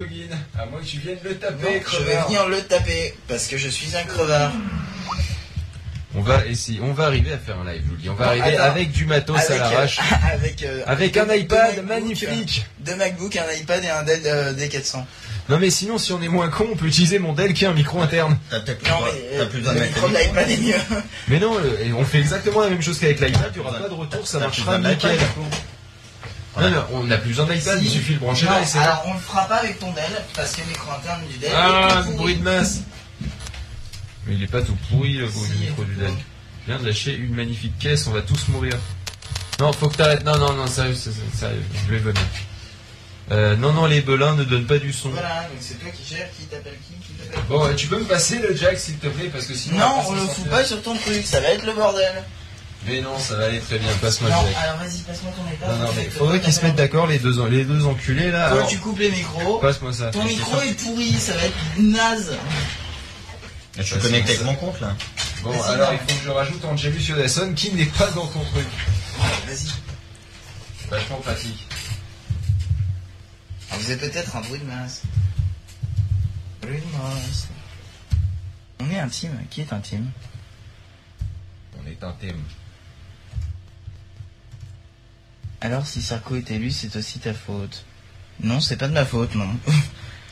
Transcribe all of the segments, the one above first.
Login, à moins que tu viennes le Non, taper, je vais crevard. venir le taper parce que je suis un crevard. On va essayer, on va arriver à faire un live, Login. On va arriver Attends. Ah, avec du matos Avec, à l'arrache. euh, avec, euh, Avec deux- un deux iPad MacBook, magnifique. euh, Deux MacBook, un iPad et un Dell euh, D400. Non mais sinon, si on est moins con, on peut utiliser mon Dell qui a un micro interne. T'as peut-être plus, Non, besoin- mais t'as euh, plus besoin de le mettre micro de l'iPad est mieux. Mais non, euh, et on fait exactement la même chose qu'avec l'iPad, il n'y aura Ah, pas de retour, ça T'as marchera plus besoin de nickel. l'iPad, du coup. Non, non, on n'a plus besoin d'iPad, Si. il suffit de brancher Non, là et c'est alors on le fera pas avec ton Dell parce que le micro interne du Dell. Ah, est le tout bruit de masse Mais il est pas tout pourri le Si, bruit il du est micro tout du Dell. pourri. Je viens de lâcher une magnifique caisse, on va tous mourir. Non, faut que t'arrêtes. Non, non, non, sérieux, c'est- c'est- sérieux, je vais vomir. Euh, non, non, les belins ne donnent pas du son. Voilà, donc c'est toi qui gères, qui t'appelle qui, qui t'appelle Bon, euh, tu peux me passer le jack s'il te plaît, parce que qui. sinon. Non, va on s'en le sortir. fout pas sur ton truc, ça va être le bordel. Mais non, ça va aller très bien, passe-moi non, le jack. alors vas-y, passe-moi ton iPad. Non, non, mais Fais- faudrait qu'ils se mettent d'accord, les deux, les deux enculés là. Toi, Alors, tu coupes les micros. passe-moi ça. Ton micro est pourri, ça va être naze. Je suis Ouais, connecté c'est avec ça. mon compte là. Bon, Vas-y, alors non. il faut que je rajoute Angelus Yodasson qui n'est pas dans ton truc. Vas-y. Vachement pratique. Alors, Vous êtes peut-être un bruit de masse. Bruit de masse. On est intime. Qui est intime On est un thème. Alors si Sarko est élu, c'est aussi ta faute. Non, c'est pas de ma faute, non.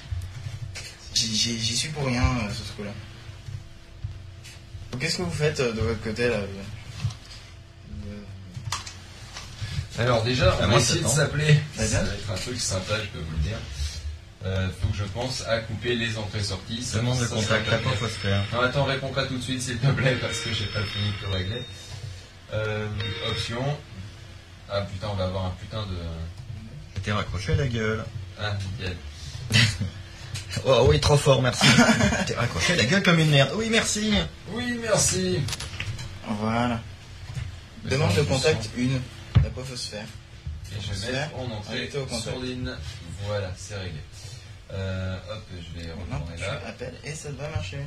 J'y- J'y j'y suis pour rien euh, sur ce coup-là. Donc, Qu'est-ce que vous faites euh, de votre côté là vous Euh, Alors déjà, Ah, on va moi, essayer de j'attends. s'appeler. Vas-y. Ça va être un truc sympa, je peux vous le dire. Euh, faut que je pense à couper les entrées-sorties. Ça- Demande le ça contact, sera la pas faut se faire. bien. Non, attends, réponds pas tout de suite, s'il te plaît, parce que j'ai pas fini de le régler. Euh, option. Ah putain, on va avoir un putain de. T'es raccroché la gueule. Ah, nickel. Oh oui, trop fort, merci. T'es raccroché la gueule comme une merde. Oui, merci. Oui, merci. Voilà. Demande Attends, de je contact une. La poids faut se faire. Et je vais mettre en entrée Arrêtez au contact. sourdine. Voilà, c'est réglé. Euh, hop, je vais Maintenant, retourner tu là. appelles et ça va marcher.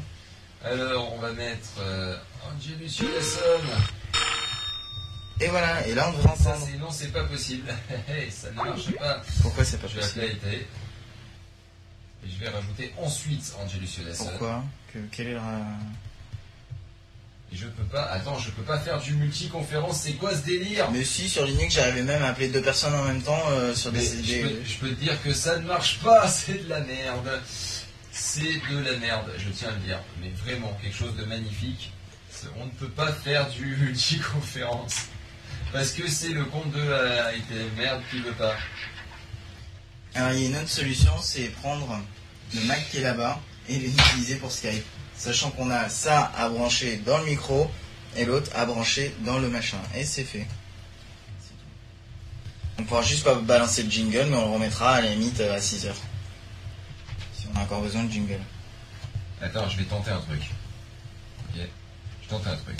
Alors, on va mettre euh, Angelus Yodasson. Et voilà, et là on devrait Ah, Ça, entendre. c'est non, c'est pas possible. Hey, ça ne marche pas. Pourquoi c'est pas Je vais appeler possible AIT. Et je vais rajouter ensuite Angelus Yodasson. Pourquoi que, Quel est le... ra- Et je peux pas. Attends, je peux pas faire du multiconférence. C'est quoi ce délire Mais si, sur Linux, j'arrivais même à appeler deux personnes en même temps euh, sur Mais des... je, des- peux, je peux te dire que ça ne marche pas. C'est de la merde. C'est de la merde. Je tiens à le dire. Mais vraiment, quelque chose de magnifique. C'est- On ne peut pas faire du multiconférence. Parce que c'est le compte de la ITM merde qui veut pas. Alors, il y a une autre solution, c'est prendre le Mac qui est là-bas et l'utiliser pour Skype. Sachant qu'on a ça à brancher dans le micro et l'autre à brancher dans le machin. Et c'est fait. On pourra juste pas balancer le jingle, mais on le remettra à la limite euh, à 6 heures. Si on a encore besoin de jingle. Attends, je vais tenter un truc. Ok. Je tente un truc.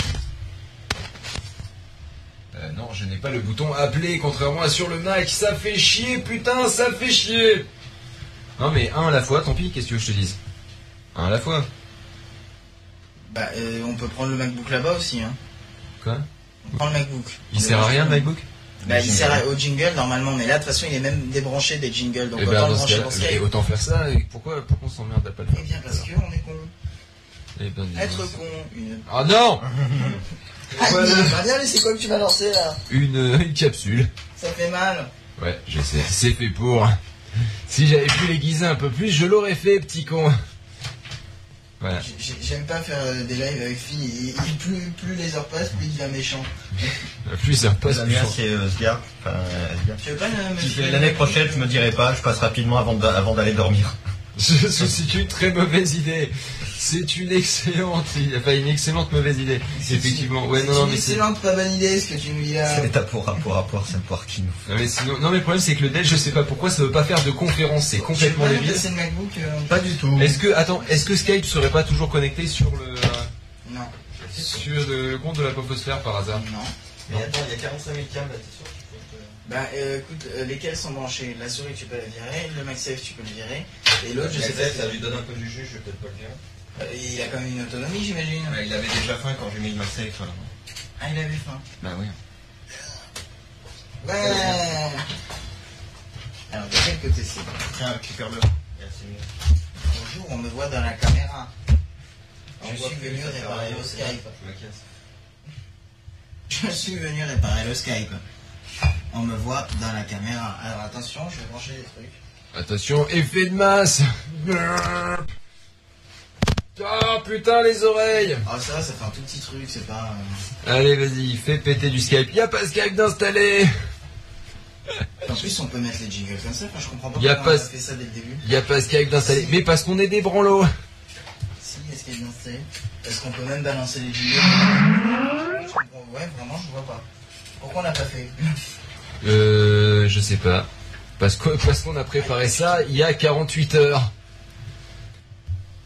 Euh, non, je n'ai pas le bouton appeler, contrairement à sur le Mac. Ça fait chier, putain, ça fait chier. Non, mais un à la fois, tant pis, qu'est-ce que tu veux que je te dise Un à la fois. Bah, euh, on peut prendre le MacBook là-bas aussi. Hein. Quoi On prend le MacBook. Il sert à rien le MacBook Bah, Le il jingle. sert au jingle normalement, mais là, de toute façon, il est même débranché des jingles, donc Eh autant ben, le dans ce brancher cas-là, dans eh, Skype. autant faire ça. et pourquoi, pourquoi on s'emmerde à pas le faire Eh bien, parce qu'on est con. Eh ben, dis donc, Être c'est- con, une. Ah non Ah, Voilà. il va bien, mais c'est quoi que tu vas lancer là une, euh, une capsule. Ça fait mal. Ouais, je sais, c'est fait pour. Si j'avais pu l'aiguiser un peu plus, je l'aurais fait, petit con. Voilà. J'ai- j'ai- J'aime pas faire euh, des lives avec filles. Il, il- plus, plus les heures passent, plus il devient méchant. Plus ça Pas passe, la plus mienne, on- c'est euh, Sgar. Enfin, euh, Sgar. Tu veux pas euh, me Si c'est filer- L'année prochaine, je me dirai pas, je passe rapidement avant d'a- avant d'aller dormir. Je c'est une très mauvaise idée. C'est une excellente, enfin une excellente mauvaise idée. C'est- Effectivement. c'est- Ouais, non, non, mais C'est c'est. une excellente, pas bonne idée ce que tu me dis là. C'est à pour rapport à poire, c'est poire qui nous. Non mais, sinon- non, mais le problème c'est que le Dell, je sais pas pourquoi, ça veut pas faire de conférence. C'est complètement Tu veux pas débile. remplacer le MacBook euh, Pas du tout. Est-ce que, attends, est-ce que Skype serait pas toujours connecté sur le, Non. sur le compte de la Poposphère par hasard Non. Mais attends, il y a 45 000 câbles là, t'es sûr Bah euh, écoute, euh, lesquels sont branchés La souris, tu peux la virer. Le MagSafe, tu peux le virer. Et l'autre, je sais pas. si- lui donne un peu du jus, je vais peut-être pas le dire. Euh, Il a quand même une autonomie, j'imagine. il avait déjà faim quand j'ai mis le MagSafe. voilà. Ah, il avait faim. Bah oui. Ouais. Alors, de quel côté c'est Tiens, récupère-le. Yes. c'est Bonjour, on me voit dans la caméra. On Je voit suis plus, venu ça fait réparer rien, le c'est Skype. Je la casse. Je suis venu réparer le Skype. On me voit dans la caméra. Alors attention, je vais brancher les trucs. Attention, effet de masse Ah putain les oreilles Ah ça, ça fait un tout petit truc, c'est pas... euh, Allez vas-y, fais péter du Skype. Y'a pas Skype d'installer En plus, on peut mettre les jingles comme ça, enfin, je comprends pas Y a pourquoi on pas- a fait ça dès le début. Y'a pas Skype d'installer. Mais parce qu'on est des branlots Si, est-ce qu'il y a une installée Est-ce qu'on peut même balancer les jingles Je comprends- Ouais, vraiment, je vois pas. Pourquoi on l'a pas fait Euh, je sais pas. Parce que- parce qu'on a préparé ça il y a 48 heures.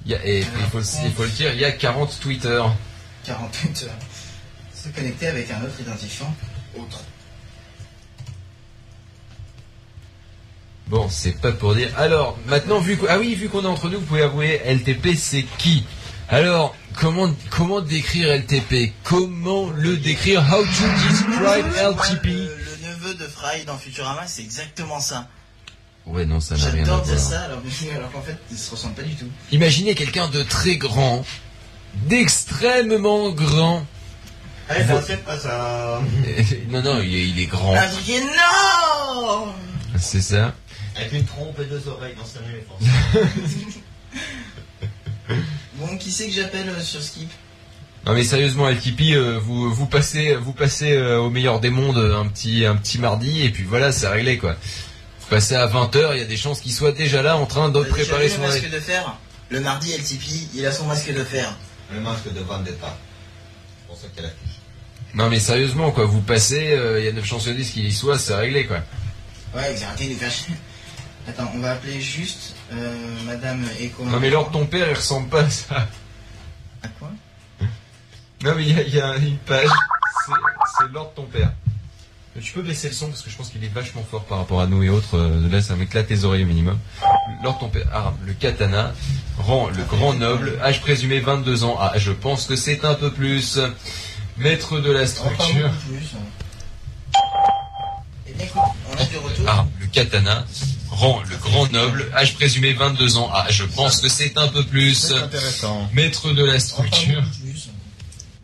Il y a- et il faut, le- il faut le dire, il y a 40 Twitter. 48 heures. Se connecter avec un autre identifiant. Autre. Bon, c'est pas pour dire. Alors, maintenant, vu qu'on ah oui, vu qu'on est entre nous, vous pouvez avouer, LTP, c'est qui Alors, comment, comment décrire LTP Comment le décrire How to describe LTP Le, le neveu de Fry dans Futurama, c'est exactement ça. Ouais, non, ça n'a rien à J'adore dire voir. ça, alors, alors qu'en fait, ils se ressemblent pas du tout. Imaginez quelqu'un de très grand, d'extrêmement grand. Ah, Allez, t'inquiète pas, ça. non, non, il est, il est grand, Adrien, non c'est ça. Avec une trompe et deux oreilles, non, c'est un éléphant. Bon, qui c'est que j'appelle euh, sur Skip Non mais sérieusement, LTP, euh, vous vous passez vous passez euh, au meilleur des mondes euh, un petit un petit mardi et puis voilà, c'est réglé quoi. Vous passez à 20h, il y a des chances qu'il soit déjà là en train de T'as Bah, déjà préparer vu son le ré- masque de fer Le mardi, LTP, il a son masque de fer. Le masque de Vendetta. C'est pour ça qu'elle affiche. Non mais sérieusement quoi, vous passez, euh, il y a 9 chances sur 10 qu'il y soit, c'est réglé quoi. Ouais, ils ont arrêté de nous faire chier. Attends, on va appeler juste euh, Madame Echo. Non mais l'or de ton père, il ressemble pas à ça. À quoi Non mais il y a, il y a une page, c'est c'est l'or de ton père. Euh, Tu peux baisser le son parce que je pense qu'il est vachement fort par rapport à nous et autres. euh, Là, ça m'éclate les oreilles au minimum. Lord ton père arme le katana, rend le grand noble, âge présumé 22 ans. Ah, je pense que c'est un peu plus. Maître de la On va pas structure, beaucoup plus. Eh bien, écoute, on est de retour. arme le katana, rend le grand noble, âge présumé 22 ans. Ah, je pense que c'est un peu plus. C'est intéressant. Maître de la On va pas structure. beaucoup plus.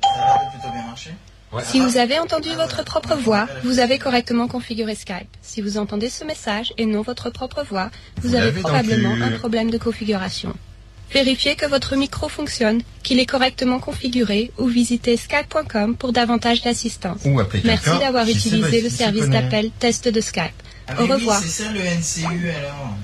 Ça a l'air de plutôt bien marcher. Ouais. Si vous avez entendu votre propre voix, vous avez correctement configuré Skype. Si vous entendez ce message et non votre propre voix, vous, Vous l'avez dans le avez probablement cul. un problème de configuration. Vérifiez que votre micro fonctionne, qu'il est correctement configuré ou visitez skype.com pour davantage d'assistance. Ou appeler Merci quelqu'un d'avoir qui sait pas utilisé si le s'y service connaît. d'appel test de Skype. Ah, Au mais revoir. Oui, c'est ça le NCU alors.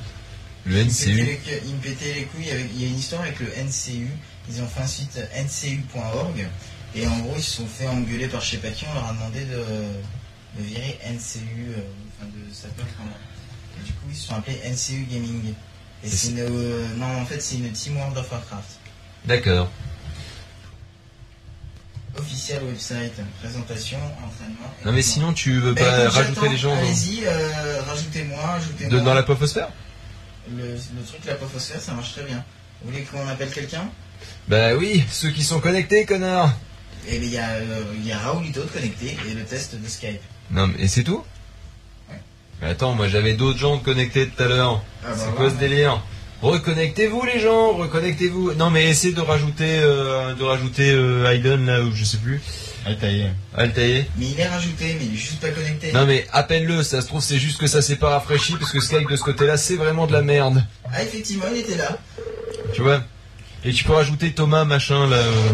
Le Il me pétait NCU. les- Il me pétait les couilles. avec- Il y a une histoire avec le NCU. Ils ont fait un site ncu.org et en gros ils se sont fait engueuler par je sais pas qui. On leur a demandé de, de virer NCU, euh, enfin de s'appeler autrement. Et du coup ils se sont appelés NCU Gaming. Et C'est- c'est une, euh, non en fait c'est une Team World of Warcraft. D'accord. Officiel website, présentation, entraînement. Non mais sinon, tu veux Bah, écoute, pas j'attends. rajouter les gens dans, Allez-y, euh, rajoutez-moi, ajoutez-moi. de- dans la pophosphère Le, le truc la pophosphère, ça marche très bien. Vous voulez qu'on appelle quelqu'un Bah oui, ceux qui sont connectés, connard. Et il y, a, euh, il y a Raoulito de connecté et le test de Skype. Non, mais et c'est tout Ouais. Mais attends, moi j'avais d'autres gens de connectés tout à l'heure. Ah, bah, c'est quoi voilà. ce délire Reconnectez-vous les gens, reconnectez-vous. Non mais essayez de rajouter euh, de rajouter euh, Hayden, là ou je sais plus. Ah, ça y est. Altaïr. Mais il est rajouté, mais il est juste pas connecté. Non mais appelle-le, ça se trouve c'est juste que ça s'est pas rafraîchi parce que Skype de ce côté-là c'est vraiment de la merde. Ah, effectivement, il était là. Tu vois Et tu peux rajouter Thomas machin là. euh.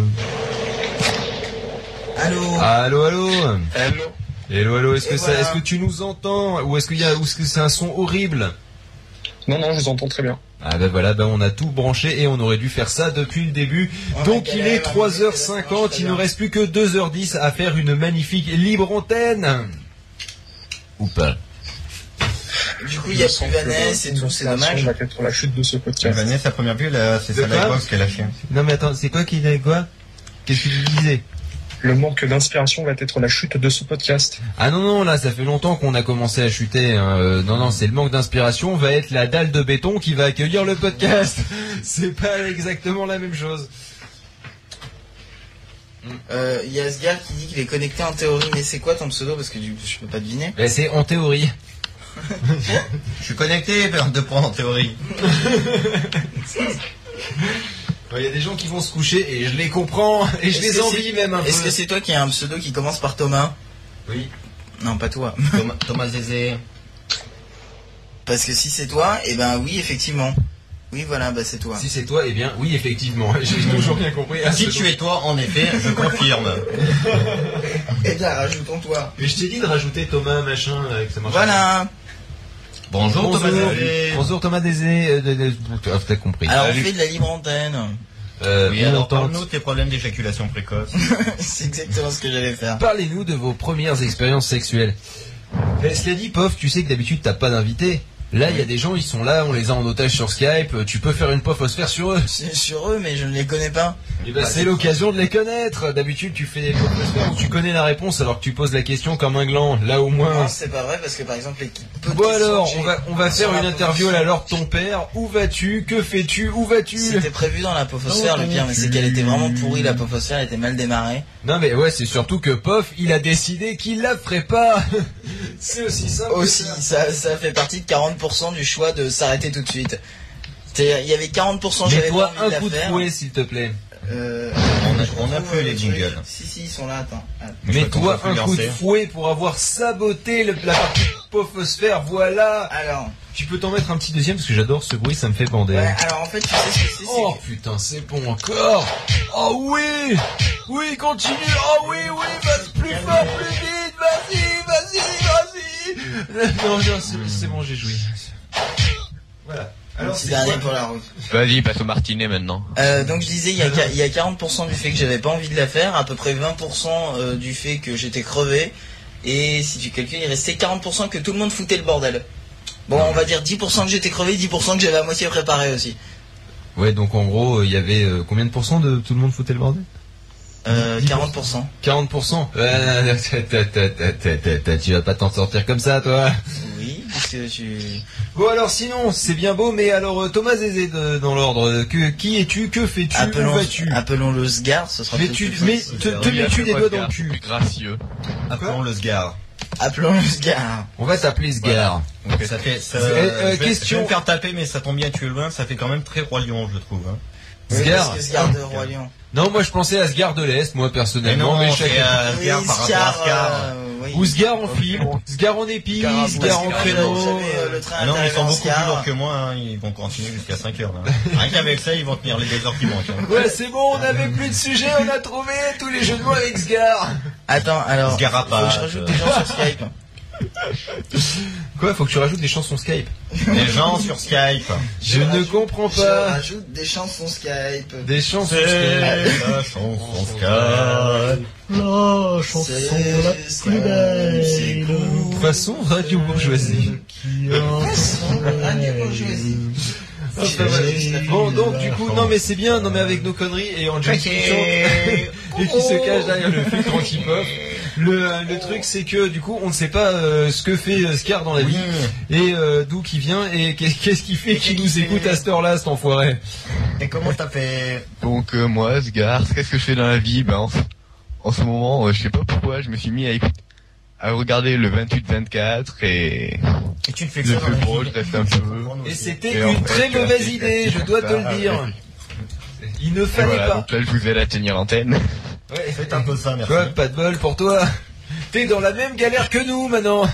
Allô Allô allô Allô Hello hello, est-ce que Et ça voilà. est-ce que tu nous entends ou est-ce qu'il y a ou est-ce que c'est un son horrible Non, non, je vous entends très bien. Ah ben voilà, ben on a tout branché et on aurait dû faire ça depuis le début. On Donc a il galéré est à monter, ça 3h50, marche très il bien. nous reste plus que 2h10 à faire une magnifique libre antenne. Ou pas. Du coup, il y a plus Vanessa et tout, c'est dommage. La pour la chute de ce podcast. Vanessa, à première vue, là, c'est De ça la quoi grosse qu'elle a fait. Non mais attends, c'est quoi qui est quoi Qu'est-ce que tu disais Le manque d'inspiration va être la chute de ce podcast. Ah non non, là ça fait longtemps qu'on a commencé à chuter. hein. Euh, non non, c'est le manque d'inspiration va être la dalle de béton qui va accueillir le podcast. c'est pas exactement la même chose. Euh, Il y a ce gars qui dit qu'il est connecté en théorie, mais c'est quoi ton pseudo Parce que du coup, je peux pas deviner. Ben, c'est en théorie. Je suis connecté, peur de prendre en théorie. Il y a des gens qui vont se coucher et je les comprends et je Est-ce les que envie c'est- même un peu. Est-ce que c'est toi qui as un pseudo qui commence par Thomas Oui. Non, pas toi. Thomas, Thomas Zézé. Parce que si c'est toi, eh ben oui, effectivement. Oui, voilà, bah c'est toi. Si c'est toi, eh bien, oui, effectivement. J'ai toujours bien compris. Ah, Si c'est tu es toi, en effet, je confirme. Eh bien, rajoutons-toi. Mais je t'ai dit de rajouter Thomas, machin, euh, là, que ça marche. Voilà. Bonjour, Bonjour, Thomas Bonjour, Zézé. Thomas Désé. euh, de- de- de- T'as compris. Alors on Salut. fait de la libre antenne. Euh, Oui, on alors entend- parle-nous de tes problèmes d'éjaculation précoce. c'est exactement ce que j'allais faire. Parlez-nous de vos premières expériences sexuelles. Mais cela dit, Pof, tu sais que d'habitude t'as pas d'invité. Là, il y a des gens, ils sont là, on les a en otage sur Skype. euh, Tu peux faire une pof faire sur eux. C'est sur eux, mais je ne les connais pas. Et ben, c'est l'occasion de les connaître. D'habitude, tu fais des faire où tu connais la réponse alors que tu poses la question comme un gland. Là, au moins. Non, c'est pas vrai parce que par exemple, les petites Bon alors, questions on que va, j'ai on va sur faire la une interview à la proposition- Lord ton père. Où vas-tu Que fais-tu Où vas-tu C'était prévu dans la Ah pophosphère, Non, le pire, mais c'est qu'elle était vraiment pourrie, la pophosphère elle était mal démarrée. Non mais ouais, c'est surtout que Pof, il a décidé qu'il la ferait pas. c'est aussi simple. que Aussi, ça. ça, ça fait partie de 40% du choix de s'arrêter tout de suite. C'est-à-dire, Il y avait 40% j'avais pas Mets-toi envie un de la coup de faire. fouet, s'il te plaît. Euh, On a, je on a retrouve, plus euh, les le jingles. truc. Si, si, ils sont là, attends. attends. Je crois qu'on Mets-toi s'est un coup de lancé. fouet pour avoir saboté le, la partie Pofosphère. Voilà. Alors, Tu peux t'en mettre un petit deuxième parce que j'adore ce bruit, ça me fait bander. ouais, alors en fait, tu sais ce que c'est, c'est Oh putain, c'est bon encore. Oh oui, oui, continue. Oh oui, oui, vas plus fort, plus vite. Vas-y, vas-y, vas-y. Non, non, c'est- c'est bon, j'ai joué. que- petit dernier pour la route. Vas-y, passe au martinet maintenant. Euh, donc je disais, il y a, qua- il y a 40% du fait que j'avais pas envie de la faire, à peu près 20% euh, du fait que j'étais crevé, et si tu calcules, il restait 40% que tout le monde foutait le bordel. Bon, on va dire 10% que j'étais crevé, 10% que j'avais à moitié préparé aussi. Ouais, donc en gros, euh, il y avait combien de pourcents de tout le monde foutait le bordel Euh, 40%. 40%. Euh, t'as- t'as- t'as- t'as- t'as- t'as- tu vas pas t'en sortir comme ça, toi. Oui, parce que tu... Bon alors sinon, c'est bien beau, mais alors euh, Thomas Zézé de- dans l'ordre, euh, que qui es-tu, que fais-tu, où Appelons, vas-tu appelons le SGAR, ce sera Mais peut-être tu- plus mais- facile. Te- te Oui, mets-tu des appelle-moi doigts dans le Edgar, cul plus gracieux. Appelons le SGAR. Appelons le SGAR. On va t'appeler ce gars. Donc ça fait. Ça, Euh, euh, je vais- question. je vais me faire taper, mais ça tombe bien, tu es loin. Ça fait quand même très roi lion, je trouve. hein. Oui, Sgar. parce que Sgar de Roi Lion. Non, moi je pensais à Sgar de l'Est, moi Mais personnellement, non, mais mais chacun- c'est à Oui, Sgar par rapport à Sgar, Sgar. euh, oui. Ou Sgar en fibre, Sgar en épis, Sgar à Sgar en Sgar, créneau. j'avais, euh, le train Ah non, mais ils sont intérieur beaucoup Sgar. plus lourds que moi, hein, ils vont continuer jusqu'à 5 heures. Là. Rien qu'avec ça, ils vont tenir les 2 heures qui manquent. hein. Ouais, c'est bon, on avait plus de sujet, on a trouvé tous les jeux de mots avec Sgar. Attends, alors, Sgarapate. faut que je rajoute des gens sur Skype. Quoi, faut que tu rajoutes des chansons Skype Les gens sur Skype. Je, ne rajoute- comprends Je pas. rajoute des chansons Skype. Des chansons Skype. C'est la chanson Skype. La C'est la plus belle. C'est cool. Façon radio bourgeoisie. Bon, donc du coup, non mais c'est bien, non mais avec nos conneries et en James qui chante et qui se cache derrière le filtre anti-pop. Le, euh, le truc c'est que du coup on ne sait pas euh, ce que fait euh, Scar dans la vie et euh, d'où qui vient et qu'est- qu'est-ce qu'il fait qui nous écoute à cette heure-là cet enfoiré. Et comment t'as fait Donc euh, moi, Asgard, qu'est-ce que je fais dans la vie Ben en, ce- en ce moment, euh, je sais pas pourquoi, je me suis mis à, écout- à regarder le 28-24 et Et tu ne fais que je ça dans fais la vie. pro, je reste un peu. Et c'était Et en une fait, très tu as mauvaise fait idée, je comme dois ça, te le dire. Il ne Et fallait voilà, pas. donc là je vous aide à tenir l'antenne. Ouais. Faites un peu ça, Tu merci. vois, pas de bol pour toi. T'es dans la même galère que nous maintenant.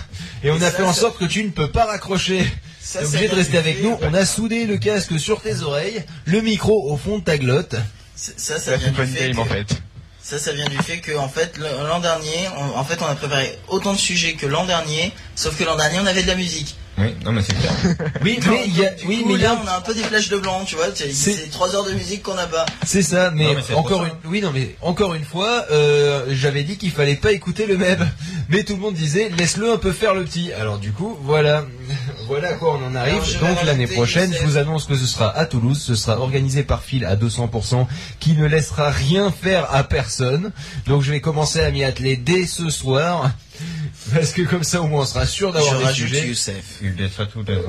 Et on a Ça, fait en ça- sorte que tu ne peux pas raccrocher. Ça, T'es ça obligé de m'a rester fait- avec nous. On a soudé le casque sur tes oreilles, le micro au fond de ta glotte. Ça, ça, ça Ça vient c'est du fun fait. game que- en fait. Ça, ça vient du fait que, en fait, le- l'an dernier, on, en fait, on a préparé autant de sujets que l'an dernier, sauf que l'an dernier, on avait de la musique. Oui, non, mais c'est clair. Oui, mais il y a, Du oui, coup, mais il y a- là, on a un peu des plages de blanc, tu vois. C'est- C'est- C'est trois heures de musique qu'on n'a pas. c'est ça. Mais, Non, mais c'est encore pour une, ça. oui, non, mais encore une fois, euh, j'avais dit qu'il fallait pas écouter le même. Mais tout le monde disait, laisse-le un peu faire le petit. Alors du coup, voilà, voilà à quoi on en arrive. Alors, je vais Donc rajouter l'année que prochaine, c'est- je vous annonce que ce sera à Toulouse, ce sera organisé par Phil à 200%, qui ne laissera rien faire à personne. Donc je vais commencer à m'y atteler dès ce soir. Parce que comme ça au moins on sera sûr Je d'avoir des rajoute sujets. Youssef. Il laisse ça tout à l'heure.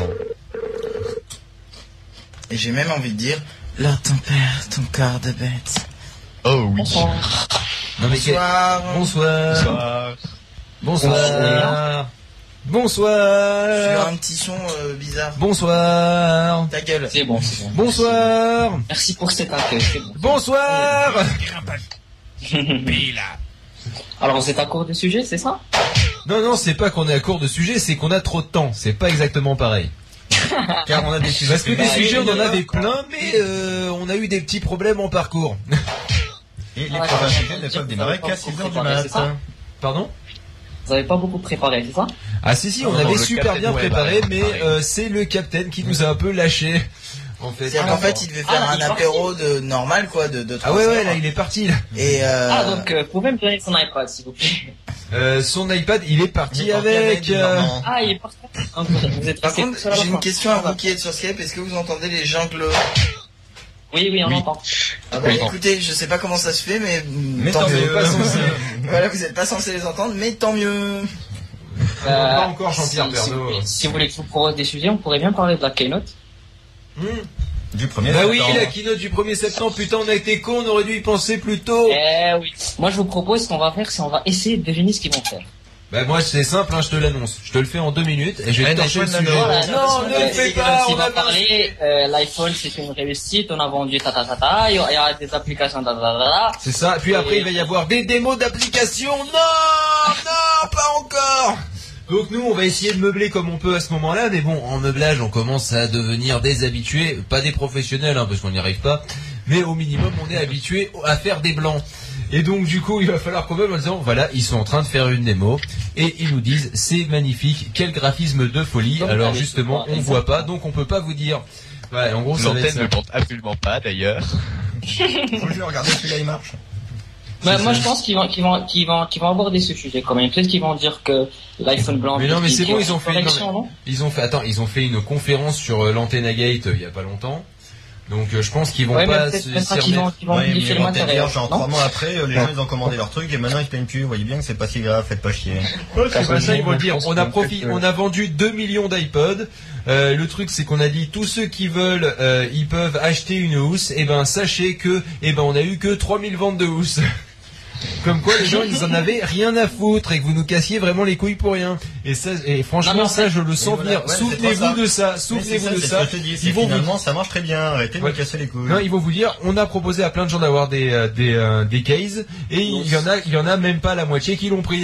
Et j'ai même envie de dire, là, ton père, ton corps de bête. Oh oui. Non, mais que- Bonsoir. Bonsoir. Bonsoir. Bonsoir. Sur Bonsoir un petit son euh, bizarre. Bonsoir Ta gueule. C'est bon, c'est bon. Bonsoir Merci pour cet appel, c'est bon. Bonsoir Alors, vous êtes à court de sujet, c'est ça Non, non, c'est pas qu'on est à court de sujet, c'est qu'on a trop de temps. C'est pas exactement pareil. Car on a des sujets. Ah. Parce que des Bah, sujets, on en euh, avait plein, mais euh, on a eu des petits problèmes en parcours. Et les Ah, programmes d'accord. GG ne peuvent démarrer qu'à 6h du Ah, hein. C'est ça matin. Pardon Vous avez pas beaucoup préparé, c'est ça Ah si, si, on Non, non, avait le super capitaine bien nous avait préparé, pas mais préparé. euh, c'est le capitaine qui nous a un peu lâché. En fait. C'est-à-dire qu'en fait, il devait faire Ah, un il est parti. apéro de normal, quoi, de, de Ah trois ouais, ouais, heures. là, il est parti. là. Et euh, Ah, donc, euh, vous pouvez me donner son iPad, s'il vous plaît. Euh, son iPad, il est parti Il est parti avec... avec, euh, non. Ah, il est parti. Donc, vous êtes par resté contre, seul à la j'ai une fin. question à vous qui êtes sur Skype. Est-ce que vous entendez les jingles Oui, oui, on Oui. entend. Ah bah, Oui. Écoutez, je sais pas comment ça se fait, mais, mm, Mais tant tant mieux. mieux. pas censé. Voilà, vous êtes pas censé les entendre, mais tant mieux. pas encore Jean-Pierre Euh, si, si, Pernaut. vous voulez- si vous voulez que je vous propose des sujets, on pourrait bien parler de la keynote. Hmm. Du premier Bah oui, la septembre. keynote du 1er septembre, putain, on a été con, on aurait dû y penser plus tôt. Eh oui. Moi, je vous propose, ce qu'on va faire, c'est on va essayer de deviner ce qu'ils vont faire. Bah moi c'est simple, hein, je te l'annonce. Je te le fais en deux minutes et je vais Eh, te torcher le Nashwan, sujet. non, Voilà, Euh, Non, ne le fais pas, on a pas. parlé. euh, L'iPhone, c'est une réussite. On a vendu ta ta ta ta. Il y aura des applications ta ta ta C'est ça. Puis après il va y avoir des démos d'application. Non, non, pas encore. Donc nous on va essayer de meubler comme on peut à ce moment-là, mais bon en meublage on commence à devenir des habitués, pas des professionnels hein, parce qu'on n'y arrive pas, mais au minimum on est habitué à faire des blancs. Et donc du coup il va falloir quand même en disant voilà ils sont en train de faire une démo et ils nous disent c'est magnifique quel graphisme de folie Donc, alors allez, justement c'est on pas- voit pas donc on peut pas vous dire ouais en gros ça va être L'antenne ça. ne porte absolument pas d'ailleurs. Faut juste regarder celui-là, il marche. Bah, moi, je pense qu'ils vont, qu'ils vont, qu'ils vont, qu'ils vont aborder ce sujet quand même. Peut-être qu'ils vont dire que l'iPhone blanc. Mais non, mais c'est qui- bon, qui- ils ont fait- correction, non Ils ont fait, attends, ils ont fait une conférence sur euh, l'Antenna Gate euh, il y a pas longtemps. Donc euh, je pense qu'ils vont Ouais, mais pas peut-être se peut-être s'y qu'ils vont, remettre. qu'ils vont Ouais, mais modifier le bon, t'as- matériel. d'ailleurs, genre non trois mois après, euh, les gens ils ont commandé leur truc et maintenant ils se plaignent plus. Vous voyez bien que c'est pas si grave, faites pas chier. C'est pas ça, ils vont Moi, je dire. pense On a qu'en profi- fait, euh, on a vendu 2 millions d'iPod. Euh, le truc c'est qu'on a dit tous ceux qui veulent, euh, ils peuvent acheter une housse. Et ben sachez que, et ben on a eu que 3000 ventes de housses. Comme quoi les gens ils en avaient rien à foutre et que vous nous cassiez vraiment les couilles pour rien. Et ça, et Non, franchement mais ça je le Et sens voilà, venir. ouais, c'est trop Souvenez-vous ça. de ça, Mais c'est souvenez-vous de c'est ça. ce que je te dis, Ils c'est vont finalement ça marche très bien, arrêtez de Ouais. me casser les couilles. Non, ils vont vous dire, on a proposé à plein de gens d'avoir des, euh, des, euh, des cases, et il y en a, il y en a même pas la moitié qui l'ont pris.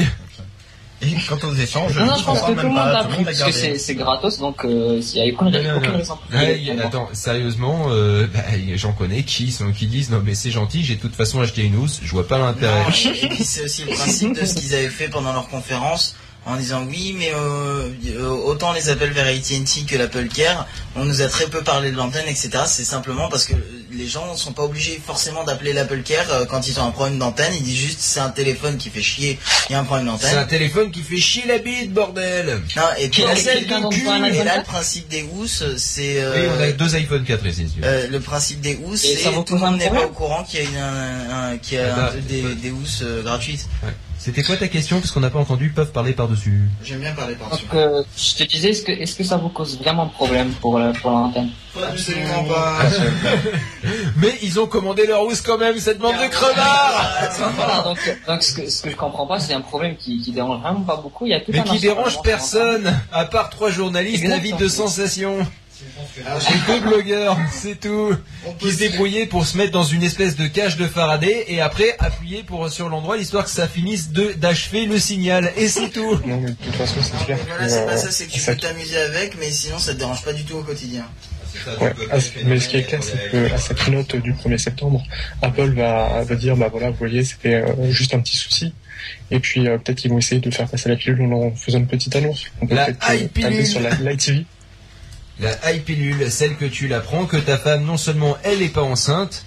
Et quant aux échanges, Non, non, je on pense parle que tout le même monde pas, l'a tout le monde pris l'a parce que gardé. c'est c'est gratos, donc euh, il n'y a aucune, Non, non, aucune non. raison pour Ouais, qu'il y ait- attends, sérieusement, euh, bah, j'en connais qui sont, qui disent, non mais c'est gentil, j'ai de toute façon acheté une housse, je vois pas l'intérêt. Non, et puis c'est aussi le principe de ce qu'ils avaient fait pendant leur conférence en disant oui mais euh, euh, autant les appels vers AT&T que l'Apple Care on nous a très peu parlé de l'antenne etc c'est simplement parce que les gens ne sont pas obligés forcément d'appeler l'Apple Care euh, quand ils ont un problème d'antenne ils disent juste c'est un téléphone qui fait chier il y a un problème C'est un d'antenne téléphone qui fait chier la bite, bordel! non, et puis Qui- là, qui- c'est- quelqu'un d'autre parle à et là l'antenne le principe des housses c'est Et on euh, a deux iPhone 4 ici, si tu veux. euh, le principe des housses Et ça c'est vous tout le pose un monde n'est pas problème au courant qu'il y a, une- un- un- qu'il y a Ah, bah, Attends, un- des, des housses euh, gratuites C'était quoi ta question? Parce qu'on n'a pas entendu, peuvent parler par-dessus. j'aime bien parler par Donc, euh, je te disais, est-ce que, est-ce que ça vous cause vraiment problème pour, euh, pour l'antenne Absolument pas. Mais ils ont commandé leur housse quand même, cette bande de crevards! Voilà, donc, donc ce, que, ce que je comprends pas, c'est un problème qui, qui dérange vraiment pas beaucoup. Il y a tout Mais un qui dérange ensemble- personne, à part trois journalistes Exact. avides de sensations. Alors, Et deux blogueurs, c'est tout. on peut Qui se débrouillaient pour se mettre dans une espèce de cage de Faraday et après appuyer pour, sur l'endroit l'histoire que ça finisse de- d'achever le signal. Et c'est tout. Non, mais de toute façon, c'est Non, mais clair. Voilà, que, c'est pas euh, ça, c'est que tu ça- peux t'amuser avec, mais sinon ça te dérange pas du tout au quotidien. Ouais, ah, mais ce qui est clair, c'est que à cette note du 1er septembre, Apple va, va dire, bah voilà, vous voyez, c'était euh, juste un petit souci. Et puis euh, peut-être qu'ils vont essayer de faire passer la pilule en en faisant une petite annonce. On peut La peut-être euh, hype tabler pilule. sur la l'ITV. La high pilule, celle que tu la prends, que ta femme, non seulement elle est pas enceinte,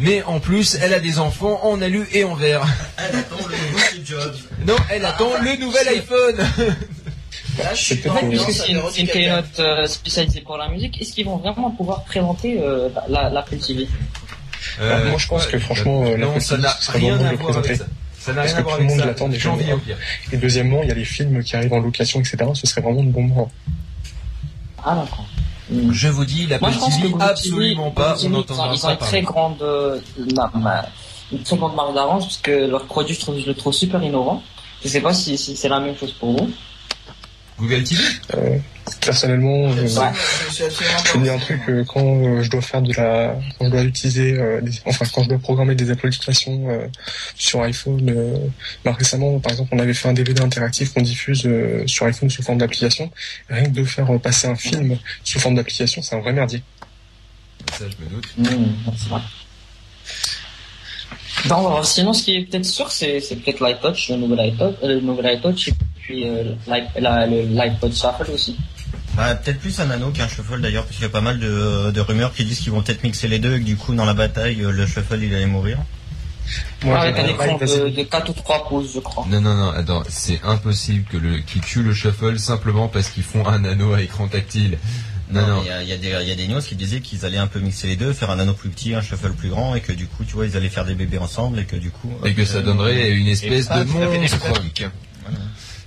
mais en plus, elle a des enfants en alu et en verre. Elle attend le nouveau Steve Jobs. Non, elle attend le nouvel iPhone. Là, je suis euh, C'est dans peut-être Parce l'ambiance que c'est une, apéro c'est une du Capitaine. keynote euh, spécialisée pour la musique. Est-ce qu'ils vont vraiment pouvoir présenter euh, la, la Apple TV Euh, moi, je pense que, franchement, euh, la non, ça Apple n'a TV, ce serait rien bon de à le voir avec présenter. ça. Ça n'a Parce rien que à voir tout le avec monde ça. l'attend déjà. Janvier, au pire. Et deuxièmement, il y a les films qui arrivent en location, etc. Ce serait vraiment le bon moment. Ah d'accord. Je vous dis, la Moi, je pense petite que vie, Grouchy, absolument pas, Grouchy, on ils ont- n'entendra Ils ont pas une très parler. grande, euh, ma- ma- une très grande marge d'avance parce que leur produit, je, trouve, je le trouve super innovant. Je sais pas si, si c'est la même chose pour vous. Google TV Personnellement, euh, Absolument, je me suis absolument je pas te dis un truc euh, quand euh, je dois faire de la, quand je dois utiliser, euh, des- enfin quand je dois programmer des applications euh, sur iPhone. euh, bah, récemment, par exemple, on avait fait un DVD interactif qu'on diffuse euh, sur iPhone sous forme d'application. Rien que de faire euh, passer un film sous forme d'application, c'est un vrai merdier. Ça, je me doute. Hmm, c'est vrai. Non, alors, sinon, ce qui est peut-être sûr, c'est, c'est peut-être l'iTouch, le nouvel iTouch, euh, le nouvel iTouch, et puis euh, l'i- la- le- l'iPod Shuffle aussi. Bah, peut-être plus un nano qu'un shuffle d'ailleurs, parce qu'il y a pas mal de, de rumeurs qui disent qu'ils vont peut-être mixer les deux et que du coup, dans la bataille, euh, le shuffle il allait mourir. Moi, avec j'ai- un écran bah, c'est- de, de 4 ou 3 pouces, je Mm. crois. Non, non, non, attends, c'est impossible que le, qu'ils tuent le shuffle simplement parce qu'ils font un anneau à écran tactile. Non, non. mais Il y a, il y a des- il y a des news qui disaient qu'ils allaient un peu mixer les deux, faire un nano plus petit, un shuffle plus grand, et que du coup, tu vois, ils allaient faire des bébés ensemble, et que du coup. Et hop, que ça euh, donnerait une espèce pas de tout à fait monstre. démocratique.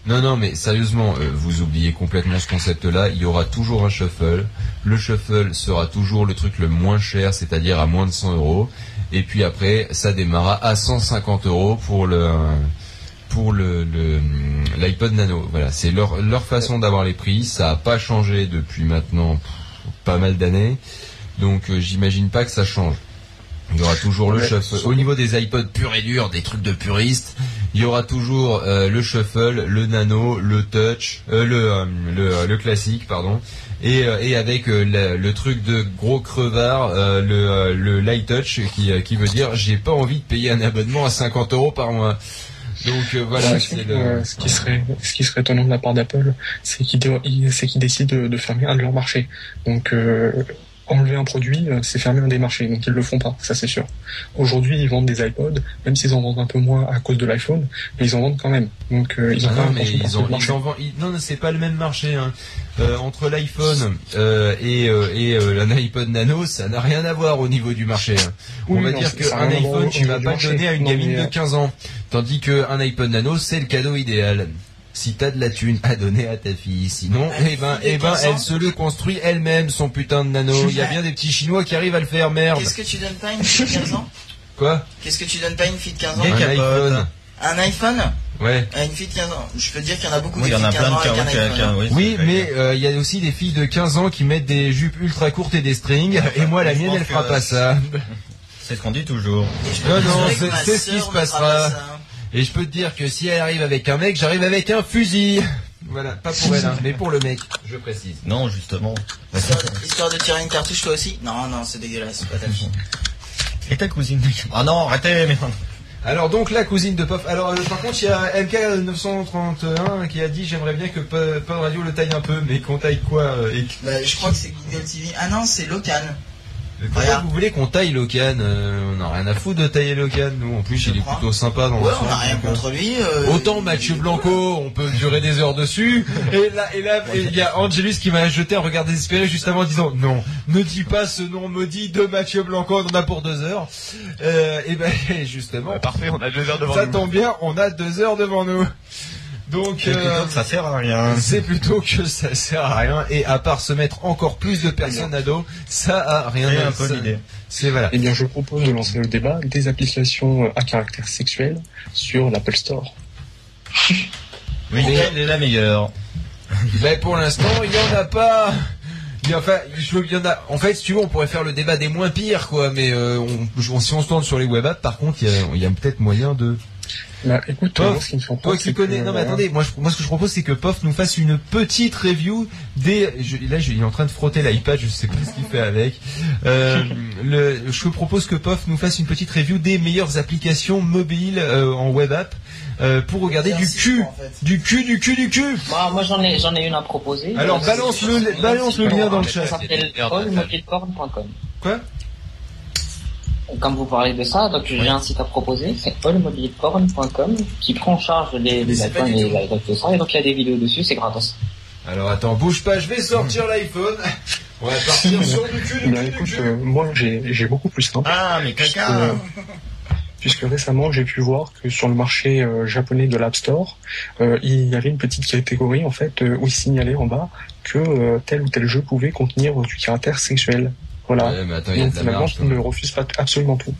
Non, non, mais sérieusement, euh, vous oubliez complètement ce concept-là. Il y aura toujours un shuffle. Le shuffle sera toujours le truc le moins cher, c'est-à-dire à moins de 100 euros. Et puis après, ça démarra à 150 euros pour le pour le le- l'iPod Nano. Voilà, c'est leur leur façon d'avoir les prix. Ça a pas changé depuis maintenant pff, pas mal d'années. Donc euh, j'imagine pas que ça change. Il y aura toujours le Ouais, shuffle. Au niveau des iPods purs et durs, des trucs de puristes, il y aura toujours euh, le shuffle, le nano, le touch, euh, le, euh, le euh, le classique pardon. Et, euh, et avec euh, la- le truc de gros crevard, euh, le, euh, le light touch qui, euh, qui veut dire j'ai pas envie de payer un abonnement à 50 euros par mois. Donc euh, voilà, Je c'est trouve, le... euh, ce qui serait ce qui serait étonnant de la part d'Apple, c'est qu'ils dé- ils- c'est qu'ils décident de, de fermer un de leurs marchés. Donc euh, enlever un produit, euh, c'est fermer un des marchés, donc ils le font pas, ça c'est sûr. Aujourd'hui, ils vendent des iPods, même s'ils en vendent un peu moins à cause de l'iPhone, mais ils en vendent quand même. Donc euh, ils ont Ah pas non, un mais franchement ils porté ont, de marché. ils en vendent- ils- non, non, c'est pas le même marché. hein. Euh, entre l'iPhone euh, et, euh, et euh, un iPod Nano, ça n'a rien à voir au niveau du marché. hein. Oui, On va non, dire ça- ça a qu'un rien à voir iPhone, au tu niveau vas du pas le marché. donner à une Non, gamine mais, de euh, 15 ans. Tandis qu'un iPod Nano, c'est le cadeau idéal. Si t'as de la thune à donner à ta fille, sinon, Ah, eh ben, il est eh ben, 15 ans. elle se le construit elle-même, son putain de nano. Il y a bien des petits chinois qui arrivent à le faire, merde. Qu'est-ce que tu donnes pas à une fille de 15 ans Quoi? Qu'est-ce que tu donnes pas à une fille de 15 ans Des Un capotes. iPhone. Un iPhone Ouais. à une fille de 15 ans Je peux te dire qu'il y en a beaucoup Oui, des il y filles en a de 15 ans plein de avec cas un qui- qui- iPhone. oui, c'est Oui, vrai. mais euh, il y a aussi des filles de 15 ans qui mettent des jupes ultra courtes et des strings. Et moi, la Je mienne, pense elle fera que- pas ça. C'est ce qu'on dit toujours. Et je peux Non, te non, dire que c'est- ma c'est ce qui sœur se ne fera passera. pas ça. Et je peux te dire que si elle arrive avec un mec, j'arrive avec un fusil. Voilà, pas pour elle, hein, mais pour le mec, je précise. Non, justement. Histoire de- Histoire de tirer une cartouche toi aussi Non, non, c'est dégueulasse, c'est pas ta fille. Et ta cousine Ah non, arrêtez, mais Alors donc la cousine de Pop. Alors euh, par contre il y a MK 931 qui a dit j'aimerais bien que Po- Pod Radio le taille un peu, mais qu'on taille quoi euh, et que- Bah, je crois que c'est Google TV. Ah non, c'est Locan. Pourquoi Regarde. vous voulez qu'on taille Locan Euh, On n'a rien à foutre de tailler Locan. Nous en plus Je il est crois. plutôt sympa dans le Ouais, on sens, a rien donc, euh, contre lui. euh, Autant il- Mathieu Blanco, on peut durer des heures dessus. Et là, et là, et il y a Angelus qui m'a jeté un regard désespéré juste avant en disant non, ne dis pas ce nom maudit de Mathieu Blanco, on en a pour deux heures. Euh, et ben justement, Bah, parfait, on a deux heures devant ça nous. tombe bien, on a deux heures devant nous. Donc euh, ça sert à rien. c'est plutôt que ça sert à rien et à part se mettre encore plus de personnes à dos, ça a rien C'est un à peu l'idée. C'est voilà. Eh bien, je propose de lancer le débat des applications euh, à caractère sexuel sur l'Apple Store. Oui, Mais- elle est la meilleure. Ben pour l'instant, il n'y en a pas. Il y a- enfin, je- il y en a. En fait, si tu veux, on pourrait faire le débat des moins pires, quoi. Mais euh, on- je- on- si on se tourne sur les web apps, par contre, il y a, il y a peut-être moyen de. Bah, écoute, Toi, euh, moi, ce qui me surprend, Toi qui c'est connais. que, Non, mais euh, attendez. Moi, je- moi, ce que je propose, c'est que Pof nous fasse une petite review des. je- là, je, il est en train de frotter l'iPad. Je sais plus ce qu'il fait avec. Euh, le, je propose que Pof nous fasse une petite review des meilleures applications mobiles euh, en web app euh, pour regarder C'est du un site, cul, en fait. du cul, du cul, du cul. Moi, Bah, moi j'en, ai, j'en ai une à proposer. Alors Euh, balance le, balance le lien dans le chat. Ça s'appelle Merde, allmobileporn.com. Quoi Comme vous parlez de ça, donc j'ai un site à proposer, c'est allmobileporn.com qui prend en charge les, Mais les c'est pas iPhones du et tout. les iPods tout ça, et donc il y a des vidéos dessus, c'est gratos. Alors attends, bouge pas, je vais sortir l'iPhone. On va partir sur du cul, eh du bien, cul, du écoute, cul. euh, moi, j'ai j'ai beaucoup plus simple. Ah, mais caca puisque récemment j'ai pu voir que sur le marché euh, japonais de l'App Store, euh, il y avait une petite catégorie en fait euh, où il signalait en bas que euh, tel ou tel jeu pouvait contenir du caractère sexuel. Voilà. Ouais, mais attends, il y a Donc de la finalement, marge. hein. je ne refuse pas t- absolument tout.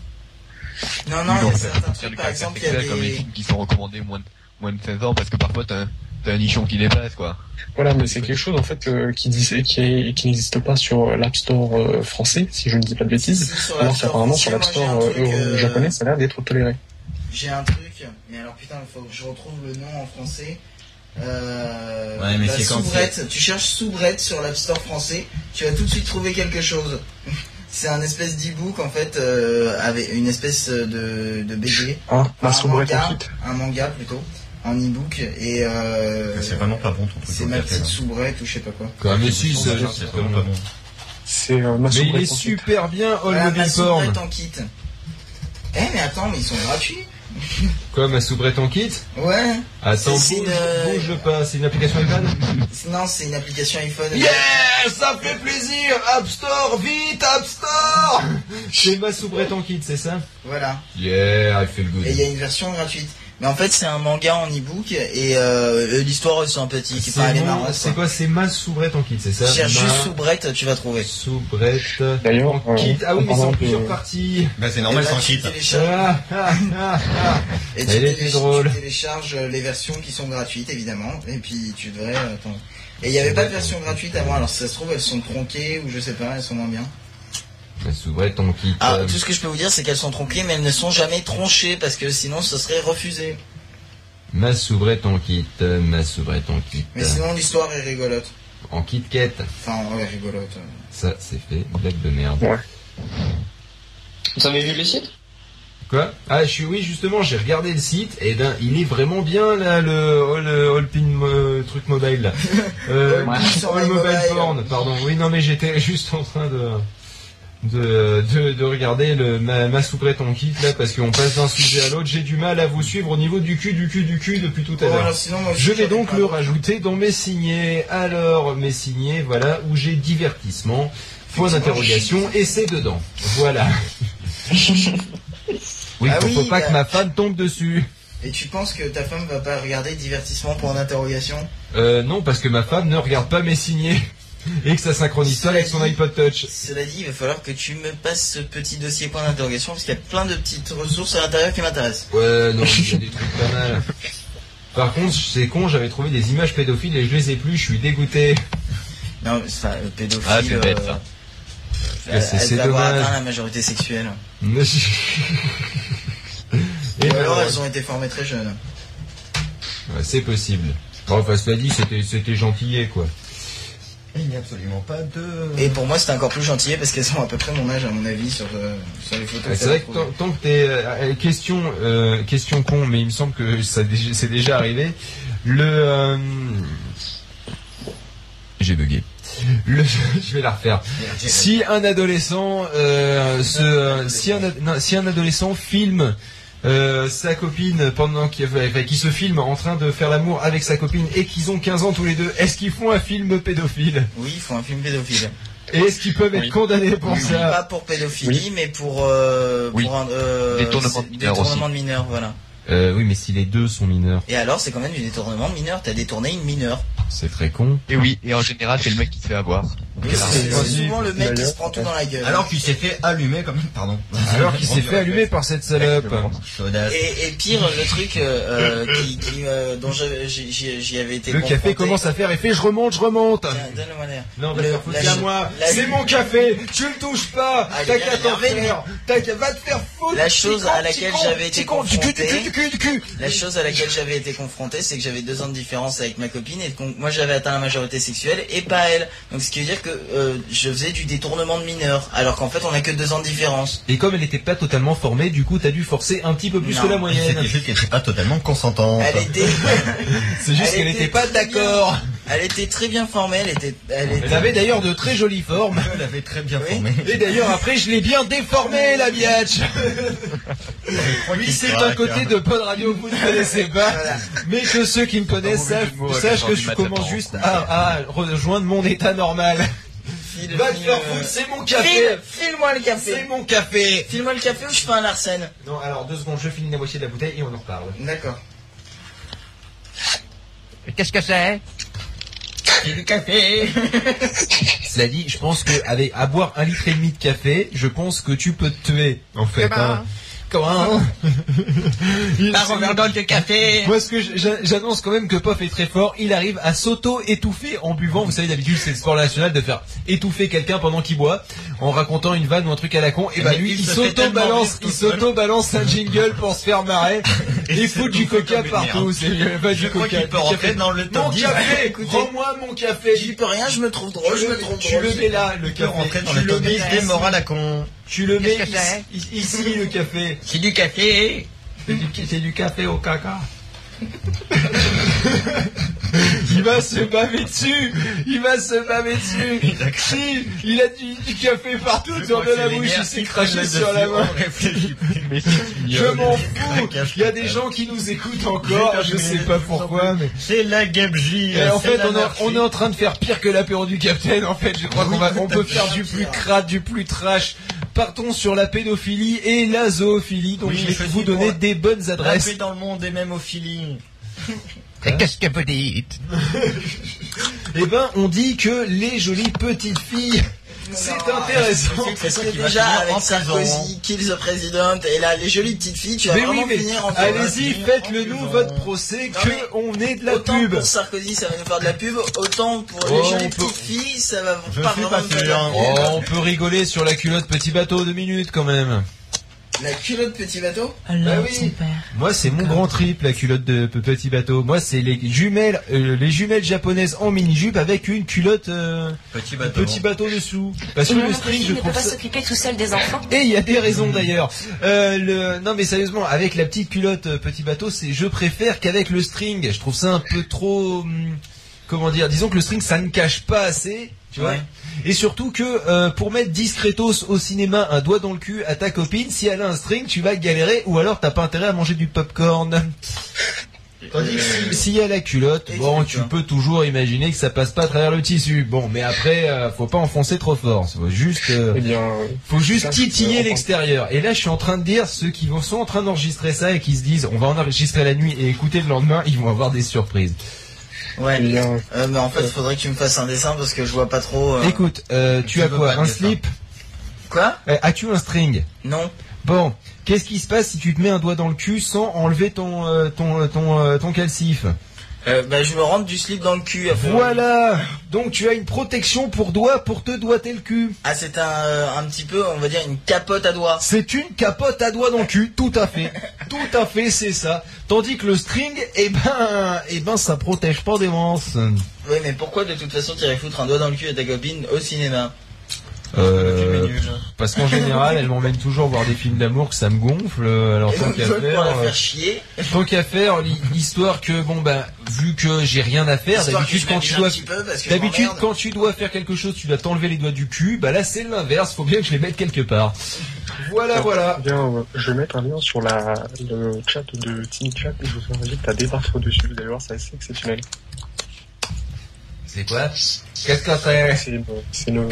Non, non, il y a certains Sur trucs, le par caractère exemple, il y a sexuel, comme les des. films qui sont recommandés moins de, moins de 16 ans, parce que parfois t'as, t'as un nichon qui déplace, quoi. Voilà, mais c'est quelque chose en fait euh, qui, dis- qui, est- qui n'existe pas sur l'App Store euh, français, si je ne dis pas de bêtises. Si, sur l'App Alors Store qu'apparemment français, sur l'App moi, Store j'ai un euh, truc, euro- euh, japonais, ça a l'air d'être toléré. J'ai un truc, mais alors putain, il faut que je retrouve le nom en français. Euh, Ouais, mais la c'est quand soubrette. Tu cherches soubrette sur l'App Store français, tu vas tout de suite trouver quelque chose. C'est un espèce d'e-book en fait, euh, avec une espèce de, de BD. Hein la un, soubrette en manga, kit. un manga plutôt, en e-book. Et euh, C'est vraiment pas bon ton truc. C'est au ma café, hein. petite là. soubrette ou je sais pas quoi. Quoi, Ah, mais si, C'est ça, vraiment pas bon. C'est euh, ma Mais il soubrette est en kit. super bien, All Voilà, ma Mobile Porn. soubrette en kit. Eh mais attends, mais ils sont gratuits. Quoi, ma soubrette en kit Ouais. Attends, C'est- c'est bouge, une- bouge pas, c'est une application iPhone Non, c'est une application iPhone. Yeah Ça fait plaisir App Store, vite, App Store C'est ma soubrette en kit, c'est ça Voilà. Yeah, I feel good. Et il y a une version gratuite. Mais en fait, c'est un manga en e-book et euh, l'histoire est sympathique. C'est Enfin, elle est mon- marrante. c'est quoi C'est ma soubrette en kit, c'est ça quoi Cherche Ma juste soubrette, tu vas trouver. soubrette D'ailleurs, en kit. euh, Ah oui, mais c'est parlant en de- plusieurs parties. Bah, c'est Et normal, bah, c'est un tu kit. télécharges- Ah, ah, ah, ah. Et Elle était tu télécharges- drôle. tu télécharges les versions qui sont gratuites, évidemment. Et puis, tu devrais... euh, t'en- Et il n'y avait pas de version gratuite avant, alors si ça se trouve, elles sont tronquées ou je sais pas, elles sont moins bien. Ma soubrette en kit. Ah, euh, tout ce que je peux vous dire, c'est qu'elles sont tronquées, mais elles ne sont jamais tronchées, parce que sinon, ce serait refusé. Ma soubrette en kit. euh, Ma soubrette euh, en kit. Mais sinon, l'histoire est rigolote. En kit kat. Enfin, ouais, rigolote. Ça, c'est fait. Blague de merde. Vous avez vu le site Quoi Ah, je suis, oui, justement, j'ai regardé le site, et ben, il est vraiment bien, là, le All, euh, all Pin mo- truc mobile, là. Euh, Ouais. all Mobile mobile, Mobile. porn, pardon. Oui, non, mais j'étais juste en train de... De, de, de regarder le, ma, ma soubrette en kit là parce qu'on passe d'un sujet à l'autre j'ai du mal à vous suivre au niveau du cul du cul du cul depuis tout à Bon, l'heure alors, sinon, moi, Je vais donc pas le d'autres. rajouter dans mes signés. Alors, mes signés, voilà, où j'ai divertissement, point Oh, d'interrogation, et c'est dedans. Voilà. Oui, Ah faut oui, faut pas bah- que ma femme tombe dessus. Et tu penses que ta femme va pas regarder divertissement pour l'interrogation Euh, non, parce que ma femme ne regarde pas mes signés. Et que ça synchronise pas avec son iPod Touch. Cela dit, il va falloir que tu me passes ce petit dossier point d'interrogation parce qu'il y a plein de petites ressources à l'intérieur qui m'intéressent. Ouais, non, il y a des trucs pas mal. Par contre, c'est con, j'avais trouvé des images pédophiles et je les ai plus, je suis dégoûté. Non, mais c'est pas euh, pédophile. Ah, c'est bête, euh, ça. Elle, C'est- elle c'est va avoir dommage. atteint la majorité sexuelle. Et Et alors, malheureusement. elles ont été formées très jeunes. Ouais, c'est possible. Bon, enfin, cela dit, c'était, c'était gentillet, quoi. Il n'y a absolument pas de. Et pour moi, c'était encore plus gentil parce qu'elles ont à peu près mon âge, à mon avis, sur, euh, sur les photos. Ouais, Ah, c'est vrai que tant, tant que t'es... euh, euh, question, euh, question con, mais il me semble que ça, dé- c'est déjà arrivé. Le... euh, J'ai bugué. Le, je vais la refaire. Si un adolescent, euh, se, euh, si un, ad- non, si un adolescent filme euh, sa copine pendant qu'il, enfin, qui se filme en train de faire l'amour avec sa copine et qu'ils ont 15 ans tous les deux, est-ce qu'ils font un film pédophile Oui, il faut un film pédophile. Et est-ce qu'ils peuvent être Oui. condamnés pour ça Pas pour pédophilie, mais pour, euh, Oui. pour un, euh, Détournement de c'est- mineur aussi. détournement de mineur, voilà. euh, Oui, mais si les deux sont mineurs, Et alors, c'est quand même du détournement de mineur. T'as détourné une mineure. c'est très con. Et oui, et en général, c'est le mec qui se fait avoir. C'est c'est possible. souvent le mec qui se D'ailleurs, prend tout dans la gueule. Alors qu'il s'est fait allumer comme. Pardon. Alors qu'il s'est fait allumer par cette salope. Exactement. Chaudasse. Et, et pire, le truc euh, euh, qui, qui, euh, dont je- j'y- j'y j'y avais été Le confronté. café commence à faire effet, je remonte, je remonte. Tiens, Donne-le-moi l'air. Non, Le- mais faut la- à moi. la- C'est mon café, tu le touches pas. Ah, il T'as est qu'à t'en énervé, lui. faire. T'as qu'à va te faire foutre. La petit chose con, à petit laquelle con, j'avais petit été con, du cul, du cul, confronté. du cul, du cul. La chose à laquelle j'avais été confronté, c'est que j'avais deux ans de différence avec ma copine et donc moi j'avais atteint la majorité sexuelle et pas elle. Donc ce qui veut dire que euh, je faisais du détournement de mineur, alors qu'en fait on a que deux ans de différence. Et comme elle n'était pas totalement formée, du coup, t'as dû forcer un petit peu plus Non. que la C'était moyenne. juste qu'elle n'était pas totalement consentante. Elle était, C'est juste Elle qu'elle était n'était pas très d'accord. elle était très bien formée, elle était, elle était. Elle avait d'ailleurs de très jolies formes. Elle avait très bien Oui. formé. Et d'ailleurs, après, je l'ai bien déformée, la biatch. Oui, c'est un côté de Pod Radio que vous ne connaissez pas, Voilà. mais que ceux qui me connaissent Mauvais savent, jeu de mots à sachent que 4 je heures du commence matin, juste en couple. à, à rejoindre mon état normal. File- Va te file- faire foutre, c'est mon café File- File-moi le C'est café. mon café File-moi le café ou je fais un Larsen. Non, alors deux secondes, je finis la moitié de la bouteille et on en reparle. D'accord. Qu'est-ce que c'est Cela dit, je pense que avec à boire un litre et demi de café, je pense que tu peux te tuer, en fait. hein. Comment Il- Par overdose de café Moi, ce que je- j'a- j'annonce quand même que Poff est très fort. Il arrive à s'auto-étouffer en buvant. Vous savez, d'habitude, c'est le sport national de faire étouffer quelqu'un pendant qu'il boit en racontant une vanne ou un truc à la con. Et bah, Mais lui, il il se fait tellement rire s'auto-balance, tout il seul. s'auto-balance un jingle pour se faire marrer. Et Il il fout du s'étouffe coca comme une merde. partout. C'est pas Je du crois coca. qu'il peut du rentrer café. dans le Mon top 10. café Écoutez, Rends-moi mon café J'y peux rien, je me trouve drôle, je me trouve Tu drôle. le mets là, le Il peut café. rentrer dans Tu le le top mets 10 des ici. morales à con. Tu le mets Qu'est-ce que c'est ici, ici, le café. C'est du café C'est du, c'est du café au caca. il va se baver dessus Il va se baver dessus Si, Il a du, du café partout autour de la bouche, il s'est craché sur la main. Je m'en fous Il y a des gens qui nous écoutent encore, je sais pas pourquoi, mais... C'est la gabegie. Et en c'est fait, on est, l'anarchie. on est en train de faire pire que l'apéro du capitaine. En fait, je crois qu'on va, on peut faire du plus crade, du plus trash. Partons sur la pédophilie et la zoophilie. Donc, Oui, je vais je vous suis donner pour- des bonnes La adresses. paix dans le monde et même au feeling. Qu'est-ce que vous dites Eh ben, on dit que les jolies petites filles, c'est intéressant. Parce que qui va déjà avec finir en prison. hein. Sarkozy, Kill the President, et là les jolies petites filles, tu vas Mais oui, vraiment mais finir en prison. allez-y, finir faites-le en nous prison. votre procès que mais on est de la Autant pub. pour Sarkozy, ça va nous faire de la pub, autant pour Oh, les on jolies peut- petites filles, ça va Je pas suis vraiment pas nous faire de sûr. la Oh, pub. on peut rigoler sur la culotte petit bateau deux minutes quand même. La culotte petit bateau Bah oui. Moi c'est mon grand trip la culotte de p- petit bateau. Moi c'est les jumelles euh, les jumelles japonaises en mini jupe avec une culotte euh, Petit petit hein. bateau dessous. Parce que le string je trouve ça- s'occuper tout seul des enfants. Et il y a des raisons d'ailleurs. Euh, le... Non mais sérieusement, avec la petite culotte euh, petit bateau, c'est je préfère qu'avec le string. Je trouve ça un peu trop. hum, Comment dire Disons que le string, ça ne cache pas assez. Tu vois Ouais. Et surtout que euh, pour mettre discretos au cinéma un doigt dans le cul à ta copine, si elle a un string, tu vas galérer ou alors t'as pas intérêt à manger du popcorn. Tandis que si- s'il y a la culotte, Et bon, tu tu peux toujours imaginer que ça passe pas à travers le tissu. Bon, mais après, euh, faut pas enfoncer trop fort. Faut juste. euh, Eh bien, euh, faut juste Ça, titiller euh, l'extérieur. Et là, je suis en train de dire, ceux qui vont- sont en train d'enregistrer ça et qui se disent, on va en enregistrer la nuit et écouter le lendemain, ils vont avoir des surprises. eh Ouais. bien, Euh, mais en fait, faudrait que tu me fasses un dessin parce que je vois pas trop. euh, Écoute, euh, tu je as veux quoi pas de Un dessin. slip Quoi Euh, As-tu un string Non. Bon, qu'est-ce qui se passe si tu te mets un doigt dans le cul sans enlever ton euh, ton euh, ton euh, ton calcif Euh, bah, je me rentre du slip dans le cul. à faire- Voilà. Donc tu as une protection pour doigt pour te doigter le cul. Ah, c'est un, euh, un petit peu, on va dire, une capote à doigts. C'est une capote à doigts dans le cul, tout à fait. Tout à fait, c'est ça. Tandis que le string, eh ben, eh ben, ça protège pas des mances. Oui, mais pourquoi de toute façon t'irais foutre un doigt dans le cul à ta copine au cinéma Euh, parce qu'en général, elle m'emmène toujours voir des films d'amour que ça me gonfle. euh, Alors Et tant donc, qu'à toi, pour la faire, euh, faire chier, tant qu'à faire, l'hi- histoire que bon ben, vu que j'ai rien à faire, histoire que d'habitude je quand m'amuse tu un dois, petit peu parce que je d'habitude m'emmerde. quand tu dois faire quelque chose, tu dois t'enlever les doigts du cul. Bah là, c'est l'inverse. Faut bien que je les mette quelque part. Voilà, voilà. eh bien, euh, je vais mettre un lien sur la, le chat de Tiny Chat et je vous invite à débattre dessus. Vous allez voir, c'est assez exceptionnel. C'est quoi Qu'est-ce que c'est C'est euh, c'est le.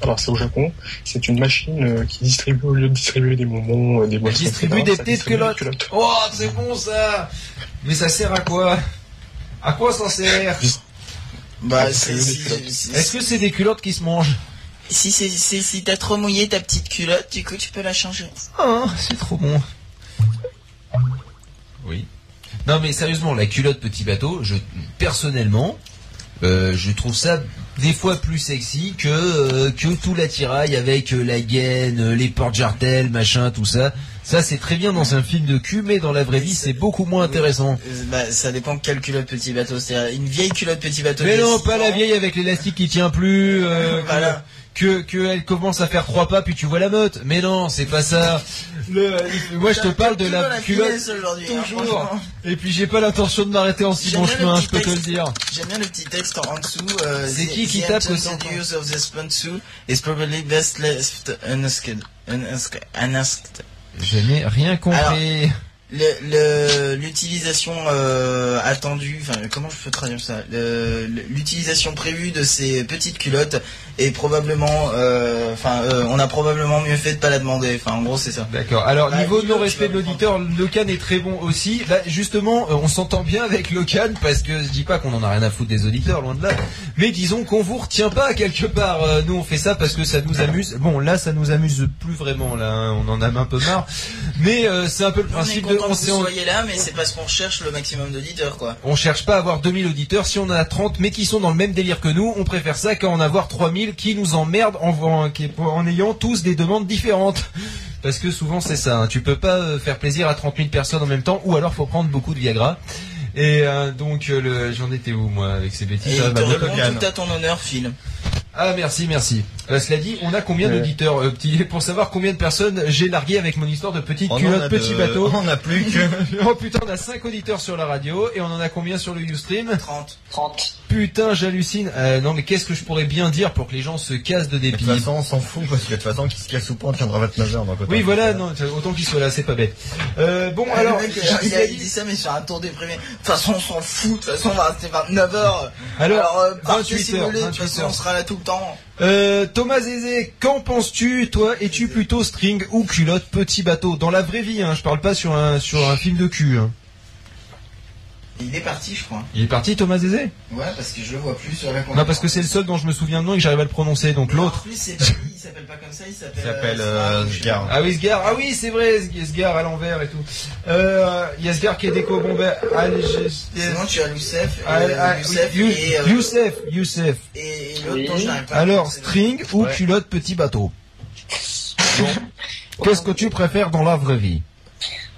Alors, c'est au Japon. C'est une machine euh, qui distribue, au lieu de distribuer des moments, euh, des boissons. distribue etc., des ça petites distribue des culottes. Oh, c'est bon ça. Mais ça sert à quoi À quoi ça sert Bah, Ah, c'est- c'est- si, Est-ce si, que c'est des culottes qui se mangent si, si, si- si t'as trop mouillé ta petite culotte, du coup, tu peux la changer. Ah, c'est trop bon. Oui. Non mais sérieusement, la culotte petit bateau, je personnellement, euh, je trouve ça des fois plus sexy que euh, que tout l'attirail avec euh, la gaine, euh, les portes jartelles, machin, tout ça. Ça c'est très bien dans un film de cul, mais dans la vraie vie c'est beaucoup moins intéressant. Euh, Bah, ça dépend quelle culotte petit bateau. C'est une vieille culotte petit bateau. Mais qui a non, six pas la ans. vieille avec l'élastique qui tient plus. euh, Voilà. que, que elle commence à faire trois pas puis tu vois la meute. Mais non, c'est pas ça. Le- euh, moi je te parle de Toujours la culotte finesse aujourd'hui. hein, Toujours. franchement. Et puis j'ai pas l'intention de m'arrêter en si J'aime bon bien le chemin, petit je peux te le hein. texte. dire. J'aime bien le petit texte en en dessous. euh, C'est the- qui qui the tape attempt autant, to the quoi use of the sponsor is probably best left unasked. Unasked. unasked. Je n'ai rien compris. le- le- l'utilisation euh, attendue, enfin comment je peux traduire ça Le- le- L'utilisation prévue de ces petites culottes est probablement, euh, enfin euh, on a probablement mieux fait de pas la demander. Enfin en gros c'est ça. D'accord. Alors, Bah, niveau de dis-le, non-respect tu de vas l'auditeur, Locan est très bon aussi. Là, justement, euh, on s'entend bien avec Locan parce que je dis pas qu'on en a rien à foutre des auditeurs, loin de là. Mais disons qu'on vous retient pas quelque part. Euh, nous, on fait ça parce que ça nous amuse. Bon, là, ça nous amuse plus vraiment. Là, hein. on en a un peu marre. Mais euh, c'est un peu le On est principe de. content on que s'est en- vous soyez là, mais c'est parce qu'on cherche le maximum d'auditeurs quoi. on cherche pas à avoir 2000 auditeurs. Si on en a 30, mais qui sont dans le même délire que nous, on préfère ça qu'à en avoir 3000 qui nous emmerdent en, en, qui- en ayant tous des demandes différentes. Parce que souvent c'est ça, hein. tu peux pas euh, faire plaisir à 30 000 personnes en même temps, ou alors faut prendre beaucoup de Viagra. Et euh, donc euh, le- j'en étais où moi avec ces Et bêtises il Ah, te bah, voilà. répond tout à ton honneur, Phil. Ah, merci, merci. Euh, cela dit, on a combien Ouais. d'auditeurs euh, petit, pour savoir combien de personnes j'ai largué avec mon histoire de petite Oh, On en culotte a petit de- bateau. On en a plus que. Oh putain, on a 5 auditeurs sur la radio et on en a combien sur le YouStream 30. 30. Putain, j'hallucine. Euh, non, mais qu'est-ce que je pourrais bien dire pour que les gens se cassent de De dépit toute façon, on s'en fout parce que de toute façon, qui se casse ou pas, on tiendra 29 heures. Donc autant- Oui, voilà, non, autant qu'ils soient là, c'est pas bête. Euh, bon, alors, le mec, je- il a dit ça mais sur un tour déprimé. De toute façon on s'en fout. De toute façon on va rester 29 heures. alors, Alors, euh, partez 28 si vous heures, voulez, de toute façon 28 heures. on sera là tout le temps. euh, Thomas Zézé, qu'en penses-tu Toi, es-tu plutôt string ou culotte petit bateau Dans la vraie vie, hein, je parle pas sur un, sur un film de cul. hein. Il est parti, je crois. Il est parti, Thomas Zézé Ouais, parce que je le vois plus sur la Non, Bah, parce que c'est le seul dont je me souviens de nom et que j'arrive à le prononcer, donc l'autre. En plus, c'est pas lui, il s'appelle pas comme ça, il s'appelle. Il s'appelle euh, euh, Sgar. Ah oui, Sgar, ah oui, c'est vrai, Sgar à l'envers et tout. Euh, il y a Sgar qui est déco, bon ben, allez, je- Sinon, tu as Youssef, Ah, euh, ah, Youssef oui, et, euh, Youssef, Youssef, Youssef. et, et l'autre Oui. dont je n'arrive pas à Alors, prononcer le nom. string ou Ouais. culotte petit bateau Bon. Qu'est-ce que tu préfères dans la vraie vie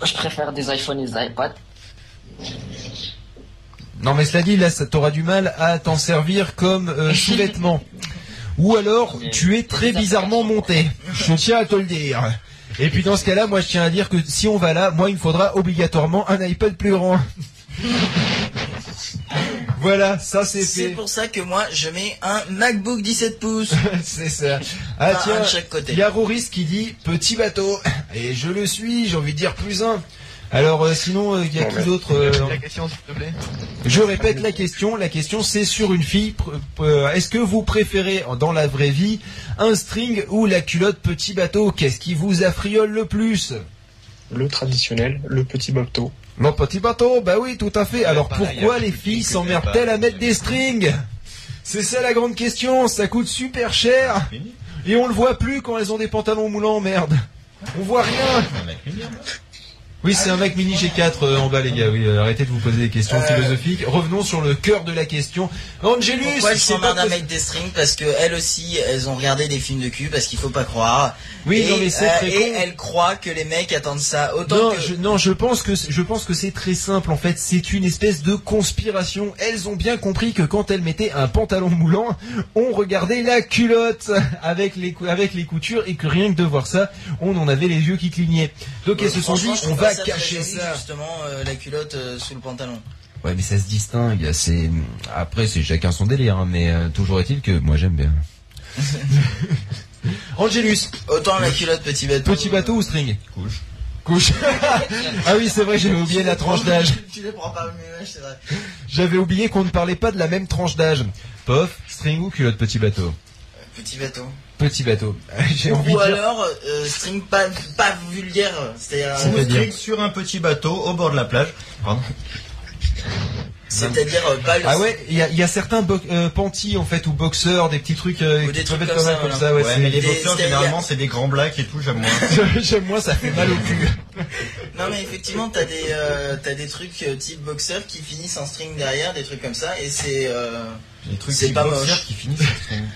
Moi, Je préfère des iPhones et des iPads. Non mais cela dit, là, ça t'aura du mal à t'en servir comme euh, sous-vêtement. Ou alors, tu es très bizarrement monté. Je tiens à te le dire. Et puis dans ce cas-là, moi je tiens à dire que si on va là, moi il me faudra obligatoirement un iPod plus grand. voilà, ça c'est C'est fait. pour ça que moi, je mets un MacBook 17 pouces. c'est ça. Ah Pas un tiens, de chaque côté. Il y a Rouris qui dit petit bateau. Et je le suis, j'ai envie de dire plus un. Alors euh, sinon, euh, il y a Non, qui mais- d'autre euh, La question, s'il te plaît. Je répète la question. La question c'est sur une fille. Pr- euh, Est-ce que vous préférez dans la vraie vie un string ou la culotte petit bateau Qu'est-ce qui vous affriole le plus Le traditionnel, le petit bateau. Mon petit bateau, bah oui, tout à fait. Alors pareil, pourquoi hein, les tu dis filles que t'aimes s'emmerdent-elles pas, à mettre mais- des strings C'est ça la grande question, ça coûte super cher. Et on le voit plus quand elles ont des pantalons moulants, merde. On voit rien. Oui, c'est un Mac Mini G4 euh, en bas, les gars. Oui, euh, arrêtez de vous poser des questions Euh, philosophiques. Revenons sur le cœur de la question. Angelus, Pourquoi elles c'est s'emmerdent pas à possi- mettre des strings Parce que elles aussi, elles ont regardé des films de cul, parce qu'il faut pas croire. Oui, et, non, mais c'est euh, très et con. elles croient que les mecs attendent ça autant Non, que. je, non, je pense que c'est- je pense que c'est très simple en fait. C'est une espèce de conspiration. Elles ont bien compris que quand elles mettaient un pantalon moulant, on regardait la culotte avec les cou- avec les coutures et que rien que de voir ça, on en avait les yeux qui clignaient. Donc elles se sont dit, Euh, Franchement, je on trouve va pas ça très cacher joli, ça. Justement, euh, la culotte euh, sous le pantalon. Ouais, mais ça se distingue. C'est après, c'est chacun son délire. hein, mais euh, toujours est-il que moi j'aime bien. Angelus, Autant la culotte petit bateau. petit bateau ou string Couche. Couche. ah oui, c'est vrai, j'avais oublié la tranche d'âge. tu les prends pas le même âge, c'est vrai. J'avais oublié qu'on ne parlait pas de la même tranche d'âge. Pof, string ou culotte petit bateau Petit bateau. Petit bateau. J'ai envie Ou de dire... alors, euh, string pas, pas vulgaire. C'est-à-dire, Vous C'est-à-dire êtes sur un petit bateau au bord de la plage. Pardon. c'est-à-dire euh, pas le. Ah ouais, il y a, il y a certains bo- euh, pantis en fait ou boxeurs, des petits trucs euh, Ou qui des peuvent trucs être comme pas mal ça, comme voilà. ça. Ouais, Ouais, mais les des- boxeurs, c'est-à-dire- généralement, c'est des grands blacks et tout, j'aime moins. c'est- J'aime moins, ça fait mal au cul. Non mais effectivement, t'as des, euh, t'as des trucs euh, type boxeur qui finissent en string derrière, des trucs comme ça, et c'est. euh, Les trucs C'est qui pas boxeurs moche. qui finissent.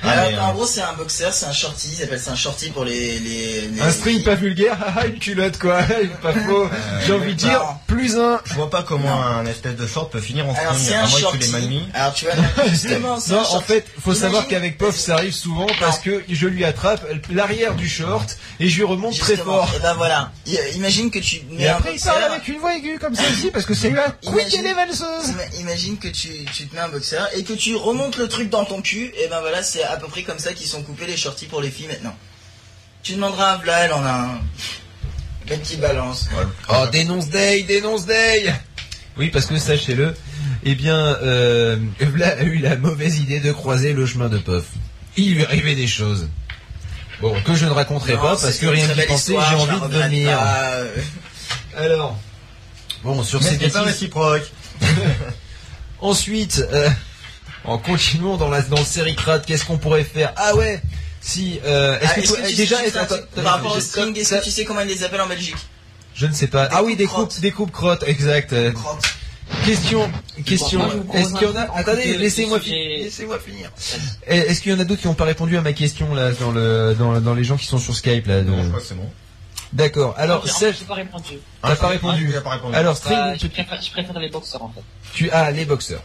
Ah, Alors, mais, en euh, gros, c'est un boxeur, c'est un shorty, ils appellent ça un shorty pour les. les, les- Un string pas vulgaire, haha, une culotte quoi, pas faux. J'ai envie de dire Euh, non. plus un. Je vois pas comment un espèce de short peut finir en Alors, string, c'est à un moins que tu shorty. l'aies mal mis. Alors, tu vois, justement, c'est Non, un en shorty. fait, faut savoir Imagine- qu'avec Pof, ça arrive souvent parce que je lui attrape l'arrière du short et je lui remonte très Justement, fort. Et ben voilà. I- Imagine que tu mets Et un après, il parle boxeur- avec une voix aiguë comme celle-ci parce que c'est lui un quick et Imagine- les valseuses. Ima- Imagine que tu, tu te mets un boxeur et que tu remontes le truc dans ton cul, et ben voilà, c'est à peu près comme ça qu'ils sont coupés les shorties pour les filles maintenant. Tu demanderas à Vla, elle en a un. Betty Balance. Oh, dénonce Day, dénonce Day Oui, parce que sachez-le, eh bien, euh, Evla a eu la mauvaise idée de croiser le chemin de Puff. Il lui arrivait des choses. Bon, que je ne raconterai Non, pas, c'est parce que une rien très qu'y belle penser, histoire, j'ai je envie la de regrette venir. pas, euh, Alors, bon, sur Mais ces c'était pas bêtises- réciproque. Ensuite, euh, en continuant dans la dans le séricrate, qu'est-ce qu'on pourrait faire Ah ouais, si euh, est-ce Ah, que est-ce toi- que tu déjà sais- est-ce- attends, par rapport attends, au j'ai- string, est-ce ça- que tu sais comment ils les appellent en Belgique je ne sais pas. ah oui, des coupes-crottes. coupes, des coupes crottes, exact. euh, Crotte. question, question. Moi, je vous Est-ce qu'il y en propose un a truc Attendez, de- laissez-moi de- finir. Laissez-moi finir. Eh, Est-ce qu'il y en a d'autres qui n'ont pas répondu à ma question là dans le dans, dans les gens qui sont sur Skype là donc- je crois que c'est bon. D'accord. Alors, je Sèche, n'ai pas répondu. t'as pas Ah, répondu. il a pas répondu. Alors, String, Bah, je, préfère, je préfère les boxeurs en fait. tu as les boxeurs.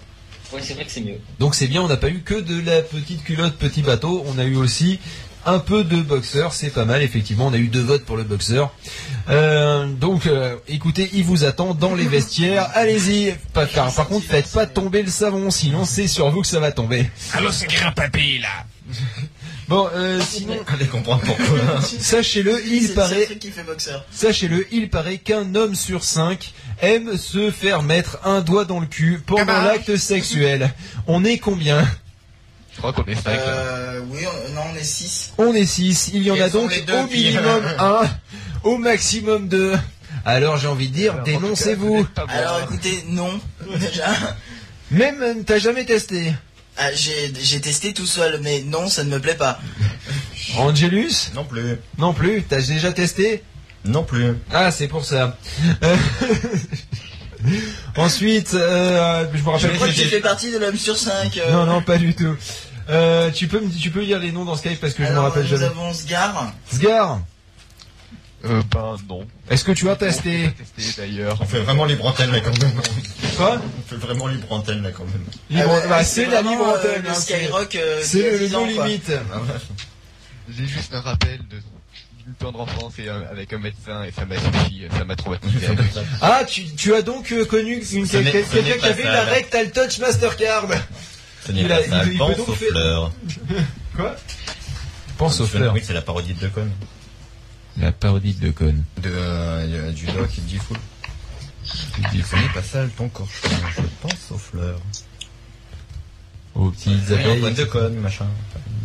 Ouais, c'est vrai que c'est mieux. Donc c'est bien, on n'a pas eu que de la petite culotte, petit bateau, on a eu aussi un peu de boxeur, c'est pas mal, effectivement, on a eu deux votes pour le boxeur. Euh, donc euh, écoutez, il vous attend dans les vestiaires, allez-y, Pas- par, par contre faites pas tomber le savon, sinon c'est sur vous que ça va tomber. Allô, c'est grand papy là. Bon, euh, sinon, Allez comprendre pourquoi. sachez-le, il C'est le seul paraît, truc qui fait boxeur. sachez-le, il paraît qu'un homme sur cinq aime se faire mettre un doigt dans le cul pendant Camarade. l'acte sexuel. On est combien Je crois qu'on est 5 là. Euh, oui, on- non, on est 6. On est 6, il y en Quels a sont donc les deux au qui- minimum un, au maximum deux. Alors j'ai envie de dire, Alors, en tout cas, dénoncez-vous. n'êtes pas bon. Alors écoutez, non, déjà. Même euh, t'as jamais testé. Ah, j'ai j'ai testé tout seul, mais non, ça ne me plaît pas. Angelus Non plus. Non plus, t'as déjà testé Non plus. Ah c'est pour ça. Euh, Ensuite, euh, je me Je rappelle crois que tu plus. fais partie de l'homme sur 5. Non, non, pas du tout. Euh, tu peux me- tu peux lire les noms dans Skype parce que je me rappelle nous jamais. avons Sgar. Sgar, Euh, ben non. est-ce que tu as On testé peut pas tester, d'ailleurs. On fait vraiment libre antenne là quand même. Quoi On fait vraiment libre antenne là quand même. Libre- Ah ouais, bah, C'est la Ah vraiment, libre euh, antenne. le hein, c'est- Skyrock. euh, d'il y C'est a le- le 10 non ans, quoi. limite. Ah J'ai juste un rappel de d'une tendre enfance et euh, avec un médecin et ça m'a suffi, ça m'a traumatisé. Ah, tu, tu as donc euh, connu une- Ce n'est- quelqu'un ce n'est qui avait pas la ça. rectal touch Mastercard. Ce n'est Il pas a- ça. il- il Pense peut donc aux faire- fleurs. Pense aux fleurs. Oui, c'est la parodie de Decon. La parodie de Con. De, euh, du doc qui dit full. dit full. pas ça ton corps. Je pense aux fleurs. Aux petites Antoine Decon, machin.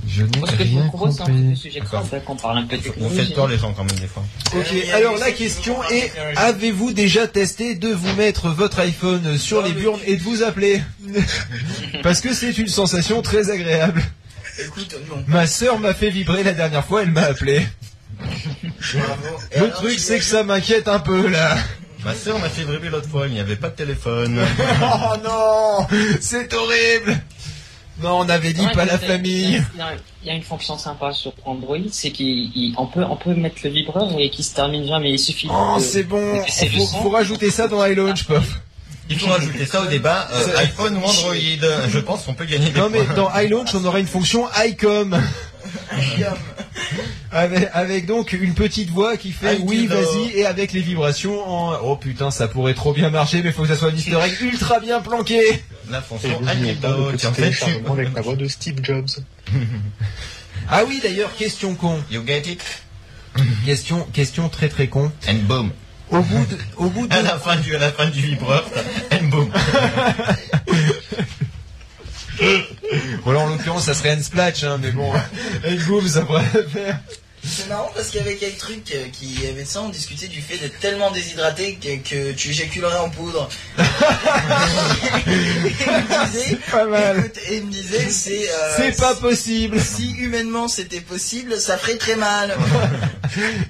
Je n'ai Moi, ce que je vous propose, c'est un peu de sujet D'accord. grave, hein, qu'on parle un peu de On fait technologie. peur les gens quand même des fois. Ok, alors la question est avez-vous déjà testé de vous mettre votre iPhone sur les burnes et de vous appeler Parce que c'est une sensation très agréable. Écoute, non. Ma sœur m'a fait vibrer la dernière fois, elle m'a appelé. Bravo. Et Le alors, truc tu c'est que as- ça m'inquiète un peu là. Ma sœur m'a fait vibrer l'autre fois, il n'y avait pas de téléphone. Oh non C'est horrible Non, on avait dit Ouais, pas la c'est- famille. Il y a- il y a une fonction sympa sur Android, c'est qu'on peut, on peut mettre le vibreur et qui se termine jamais. Il suffit. Oh, de- c'est bon. Euh, c'est Faut, le faut rajouter ça dans iLaunch, Puff. Il faut rajouter ça au débat euh, C'est- iPhone ou Android. Je pense qu'on peut gagner des Non, mais points. dans iLaunch, on aura une fonction iCom. Avec, avec donc une petite voix qui fait Aikido. oui, vas-y, et avec les vibrations en. Oh putain, ça pourrait trop bien marcher, mais faut que ça soit un easter egg ultra bien planqué. La Et fonction n'oubliez pas le anecdote. petit En fait, tu... téléchargement avec la voix de Steve Jobs. Ah oui, d'ailleurs, question con. You get it Question, question très très con. and boom. Au bout de, au bout Ah de À la fin du, à la fin du vibreur, t'as and boom. Voilà, en l'occurrence, ça serait un splash, hein, mais bon. Un boom, ça pourrait le faire. C'est marrant parce qu'avec quel truc euh, qui avait ça, on discutait du fait d'être tellement déshydraté que, que tu éjaculerais en poudre. et, il me disait, C'est pas mal. écoute, et il me disait, c'est. euh, C'est pas possible. Si humainement c'était possible, ça ferait très mal.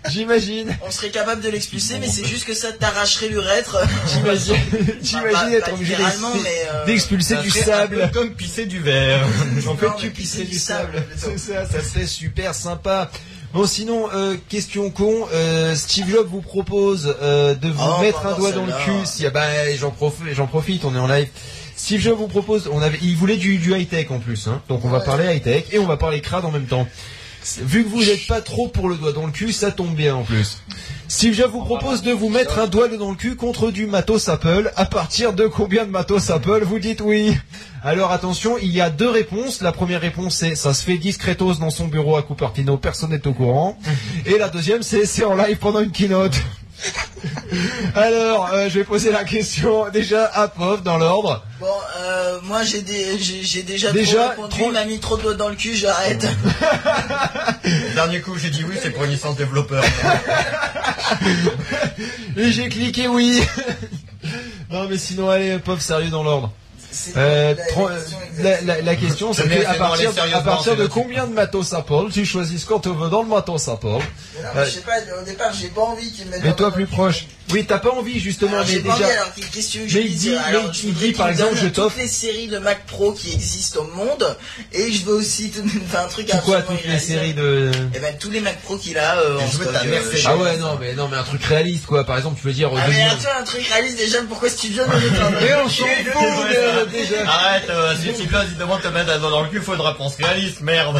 J'imagine. On serait capable de l'expulser, mais c'est juste que ça t'arracherait l'urètre. J'imagine. Pas- J'imagine pas- être pas obligé bah, littéralement, d'ex- mais, euh, d'expulser Ça du fait un sable. peu Comme pisser du verre. En fait, Non, mais tu pissais pisser du sable. plutôt. C'est ça, ça serait super sympa. Bon, sinon, euh, question con, euh, Steve Jobs vous propose euh, de vous Oh, mettre pas un doigt encore dans le celle-là. cul. Si, ah bah, j'en profite, j'en profite, on est en live. Steve Jobs vous propose, on avait, il voulait du, du high tech en plus, hein. donc on va parler high tech et on va parler crade en même temps. Vu que vous n'êtes pas trop pour le doigt dans le cul, ça tombe bien en plus. Steve Jobs vous propose de vous mettre un doigt dans le cul contre du matos Apple. À partir de combien de matos Apple vous dites oui Alors attention, il y a deux réponses. La première réponse c'est ça se fait discretos dans son bureau à Cupertino, personne n'est au courant. Et la deuxième c'est c'est en live pendant une keynote. Alors, euh, je vais poser la question déjà à Pov dans l'ordre. Bon, euh, moi j'ai des- j'ai- j'ai déjà, Déjà, trop répondu, trop- Euh, il m'a mis trop de doigts dans le cul, j'arrête. Dernier coup, j'ai dit oui, c'est pour une licence développeur. Et j'ai cliqué oui. non, mais sinon, allez, Pov, sérieux dans l'ordre. Euh, tro- euh, la, la- la question, Je c'était mets à assez dans les partir, à sérieusement, partir c'est de là-dessus. combien de matos ça parle Tu choisis quand tu veux dans le matos ça parle. Mais non, Euh, mais je sais pas, au départ j'ai pas envie qu'il me mette. Mais toi plus proche. Oui, t'as pas envie justement, Alors, mais Ah, j'ai pas déjà. envie, alors qu'est-ce que je Mais il lui dit- dis Alors, mais je il voudrais dit, qu'il par me exemple, donne je toutes t'offre- les séries de Mac Pro qui existent au monde et je veux aussi tout- enfin, un truc C'est quoi absolument toutes les irréalisable. séries de. Eh ben tous les Mac Pro qu'il a euh, en stock. euh, chez Ah lui. ouais, non, mais non, mais un truc réaliste quoi. Par exemple, tu veux dire. Ah mais devenir- attends, un truc réaliste déjà, pourquoi Studio ne l'est pas Mais on s'en Il est fout, fou, euh, déjà. déjà. Arrête, euh, si tu classes, il demande te mettre la main dans le cul, faut une réponse réaliste, merde.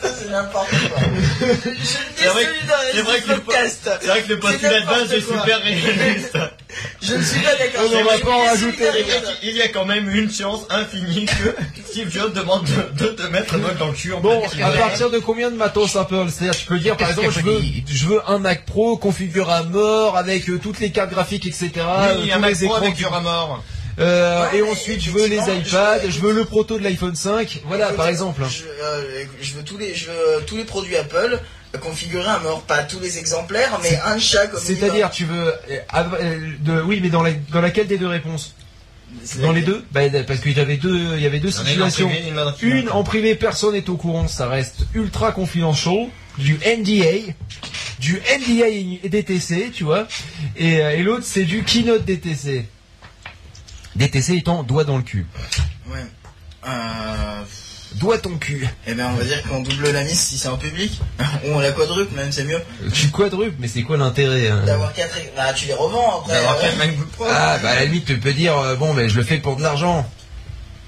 C'est n'importe quoi. Je le dis C'est vrai que- celui-là, c'est vrai ce que le po- podcast. c'est vrai que le postulat de base est n'importe quoi. super réaliste. Je ne suis pas d'accord. On en va pas en rajouter. Il y a quand même une chance infinie que Steve Jobs demande de, de te mettre un doigt dans le cul. en Bon, mode qu'il à est. partir de combien de matos ça parle C'est-à-dire, je peux dire, par exemple, je veux, je veux un Mac Pro configuré à mort avec euh, toutes les cartes graphiques, etc. euh, Oui, tous un Mac les Pro écrans avec qui- du ram à mort. Euh, Ouais, et mais ensuite, je veux les effectivement, iPads, je- je veux le proto de l'iPhone 5. Voilà, Écoute, par exemple. hein. Je, euh, je veux tous les, je veux tous les produits Apple euh, configurés à mort, pas tous les exemplaires, mais un de chaque. au C'est-à-dire, tu veux. euh, av- euh, de, oui, mais dans, la- dans laquelle des deux réponses minimum. Dans les deux Bah, Parce qu'il y avait deux, il y avait deux Il y en a une en situations. privé, une en privé. Une en privé, personne n'est au courant, ça reste ultra confidential, du NDA, du NDA et DTC, tu vois, et, euh, et l'autre c'est du keynote DTC. DTC étant doigt dans le cul. Ouais. Euh, Doigt ton cul. eh ben on va dire qu'on double la mise si c'est en public, ou on la quadruple même c'est mieux. Tu quadruples, mais c'est quoi l'intérêt hein D'avoir quatre, bah tu les revends après. D'avoir euh, quatre MacBook Pro. Ah, bah à la limite, tu peux dire, euh, bon, mais je le fais pour de l'argent.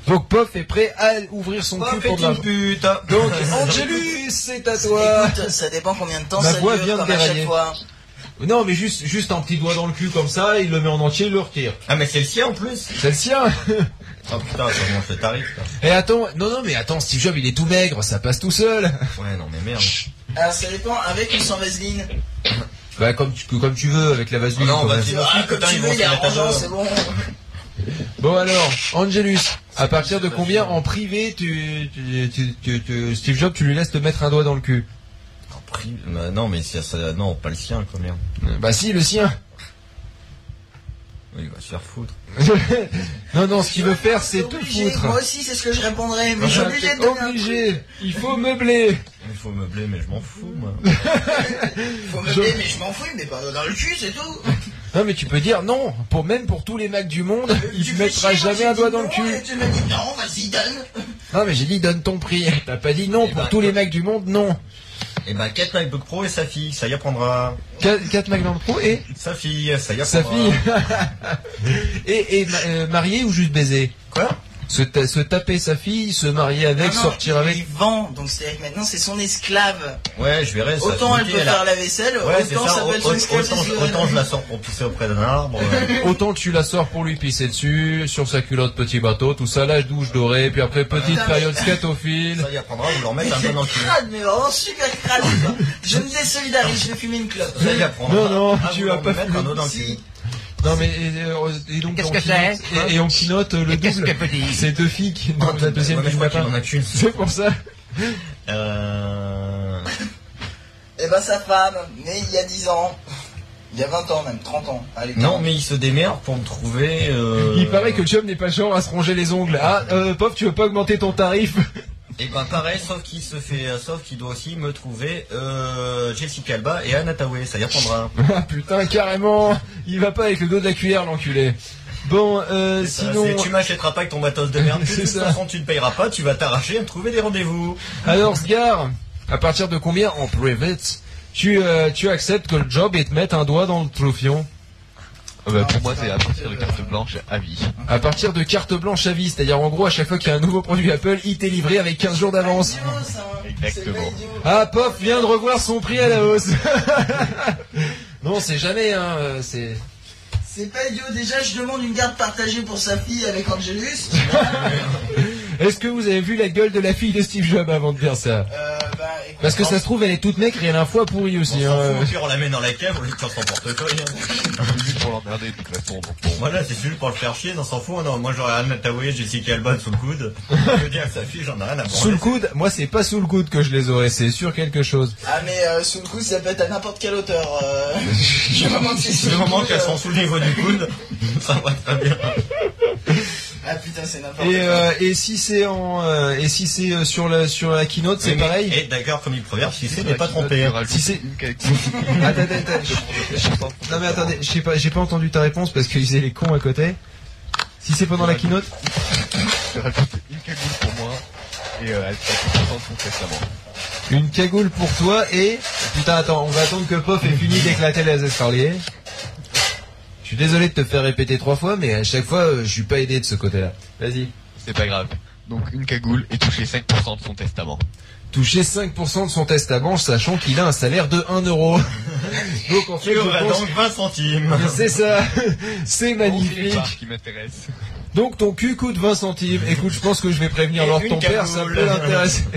Donc Pof est prêt à ouvrir son cul pour de l'argent. pute. Donc Angelus, c'est à toi. Écoute, ça dépend combien de temps Ma ça voix dure vient de comme à chaque dérailler. fois. Non, mais juste, juste un petit doigt dans le cul comme ça, il le met en entier, il le retire. Ah, mais c'est le sien en plus. C'est le sien. Oh putain, ça commence le tarif. quoi. Et attends, non, non, mais attends, Steve Jobs, il est tout maigre, ça passe tout seul. Ouais, non, mais merde. Alors ça dépend avec ou sans vaseline. Bah, comme tu, comme tu veux, avec la vaseline. Non, quand bah, même. tu- Tu vois, aussi, comme putain, Ah, tu ils veux, vont il y a se mettre à argent, dos. c'est bon. Bon alors, Angelus, à partir de combien en privé tu, tu, tu- tu- tu- Steve Jobs, tu lui laisses te mettre un doigt dans le cul En privé, bah, non, mais c'est- ça, non, pas le sien, quoi, merde. Bah si, le sien. Il va se faire foutre. non, non, ce qu'il veut faire, c'est tout Obligé, foutre. Moi aussi, c'est ce que je répondrais, mais je suis Enfin, obligé t'es de donner un obligé. Il faut meubler. Il faut meubler, mais je m'en fous, moi. Faut me Je- dire, mais je m'en fous, mais pas dans le cul, c'est tout. Non, mais tu peux dire non. Pour même pour tous les mecs du monde, il Tu te fais mettra chier, moi, jamais j'ai un dit doigt dans le non, cul. et Tu me dis non, vas-y, donne. Non, mais j'ai dit donne ton prix. T'as pas dit non Eh pour ben, tous les mecs du monde, non. Et bah, 4 MacBook Pro et sa fille, ça y apprendra. 4 mecs dans le pro et Sa fille, ça Ben, y sa apprendra. fille. et et ma- euh, marié ou juste baiser Quoi se, ta- se taper sa fille, se marier avec, Ah non, sortir avec. Il vend, donc c'est-à-dire que maintenant c'est son esclave. Ouais, je verrai. ça Autant se elle dit, peut a- faire la vaisselle, Ouais, c'est autant ça. ça au- peut être son au- esclave. Autant, c'est je- ce que autant je donne. la sors pour pisser auprès d'un arbre. euh, Autant tu la sors pour lui pisser dessus, sur sa culotte petit bateau, tout ça, la douche dorée, puis après petite Putain, mais- période scatophile. Ça y apprendra, vous leur Mais mettez un doigt dans le cul. c'est crade, mais vraiment super crade. quoi. Je me désolidarise, je vais fumer une clope. Ça y apprendra. Non, non, à tu vouloir vas pas me mettre un doigt dans le Si. cul. Non mais et, euh, et donc Qu'est-ce on que keynote- c'est et, et on keynote euh, le Qu'est-ce double. que petit C'est deux filles qui Oh, non, la deuxième ouais, mais qui je ne va crois qu'il pas. en a qu'une. C'est pour ça. Euh. Et ben sa femme, née il y a 10 ans, il y a 20 ans même, 30 ans. Allez, Non, mais il se démerde pour me trouver. euh, Il paraît que Job n'est pas le genre à se ronger les ongles. Ah, euh, pauvre, tu veux pas augmenter ton tarif Et ben pareil, sauf qu'il se fait, sauf qu'il doit aussi me trouver euh, Jessica Alba et Anna Tawai, ça y apprendra. Ah putain, carrément Il va pas avec le dos de la cuillère, l'enculé. Bon, euh, C'est ça, sinon... c'est, tu m'achèteras pas avec ton matos de merde. que C'est De toute ça. façon, tu ne payeras pas, tu vas t'arracher à me trouver des rendez-vous. Alors, Sgar, à partir de combien en private tu, euh, tu acceptes que le job et te mette un doigt dans le trophion Ah bah, pour moi, c'est à partir de carte blanche à vie. À partir de carte blanche à vie, c'est-à-dire en gros à chaque fois qu'il y a un nouveau produit Apple, il t'est livré avec 15 jours C'est pas d'avance. Ah, idiot, ça, hein. Exactement. C'est pas idiot. Ah, Pop vient de revoir son prix à la hausse. non, c'est jamais, hein, euh, c'est... C'est pas idiot, déjà je demande une garde partagée pour sa fille avec Angelus. Est-ce que vous avez vu la gueule de la fille de Steve Jobs avant de dire ça Euh, bah, écoute, Parce que ça se trouve, elle est toute maigre et elle a un foie pourri aussi. hein. Au pire, on la met dans la cave, on lui tire son portefeuille. Ah. hein. Juste pour l'emmerder de toute façon. donc bon. Voilà, c'est juste pour le faire chier, on s'en fout. hein. Non, moi j'aurais rien à t'avouer, Jessica Alba sous le coude. Je veux dire que sa fille, j'en ai rien à branler. Sous le coude, moi c'est pas sous le coude que je les aurais, c'est sur quelque chose. Ah, mais euh, sous le coup, ça peut être à n'importe quelle hauteur. euh. Je me demande si sous Du le moment coude, qu'elles euh, sont sous le niveau du coude, ça va très bien. Ah putain, c'est n'importe Et, quoi. euh, et si c'est en euh, et si c'est euh, sur la sur la keynote, c'est Oui, mais- pareil. Et d'accord, comme il proverbe, si c'est, Il n'est pas trompé. hein. Si c'est- Attends, Attends, attends, attends, je- Non mais attendez, je sais pas, j'ai pas entendu ta réponse parce qu'ils étaient les cons à côté. Si c'est pendant la keynote, une cagoule pour moi. Et euh, elle sera toute contente qu'on fasse la mort. une cagoule pour toi et putain attends, on va attendre que Pof ait fini d'éclater les escaliers. Je suis désolé de te faire répéter trois fois, mais à chaque fois, euh, je suis pas aidé de ce côté-là. Vas-y. C'est pas grave. Donc une cagoule et toucher 5% de son testament. toucher 5% de son testament, sachant qu'il a un salaire de 1 euro. Donc en fait, Tu auras je pense donc 20 centimes. que c'est ça, c'est magnifique. Par qui m'intéresse. Donc ton cul coûte 20 centimes. Écoute, je pense que je vais prévenir Et alors une ton père, ça cagoule. peut l'intéresser.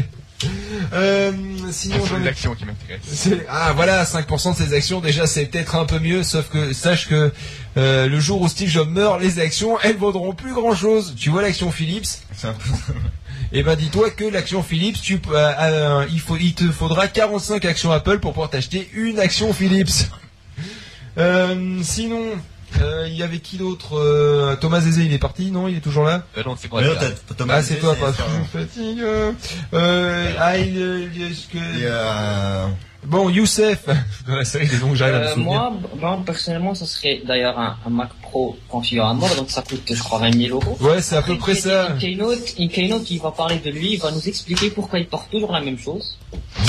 Euh, sinon, C'est j'en ai- l'action qui m'intéresse. c'est- Ah voilà, 5% de ses actions, déjà c'est peut-être un peu mieux, sauf que sache que euh, le jour où Steve Jobs meurt, les actions, elles vaudront plus grand-chose. Tu vois l'action Philips C'est un peu- Eh ben dis-toi que l'action Philips, tu, peux- euh, euh, il, faut, il te faudra 45 actions Apple pour pouvoir t'acheter une action Philips. Euh, sinon, euh, il y avait qui d'autre Euh, Thomas Zézé, il est parti, non Il est toujours là Euh, non, c'est moi. Mais non, c'est grave. t'as- Thomas, Ah, c'est toi, pas. c'est- Je fatigue. euh. Euh, ah, il, euh, il y a ce que- Et, euh, Bon, Youssef, dans la série des noms que j'arrive à me Euh, souvenir. moi, moi, personnellement, ça serait d'ailleurs un, un Mac Pro configuré à mort, donc ça coûte, je crois, 20 000 euros. Ouais, c'est à peu Une- près une- ça. Une keynote, une keynote, il va parler de lui, il va nous expliquer pourquoi il porte toujours la même chose.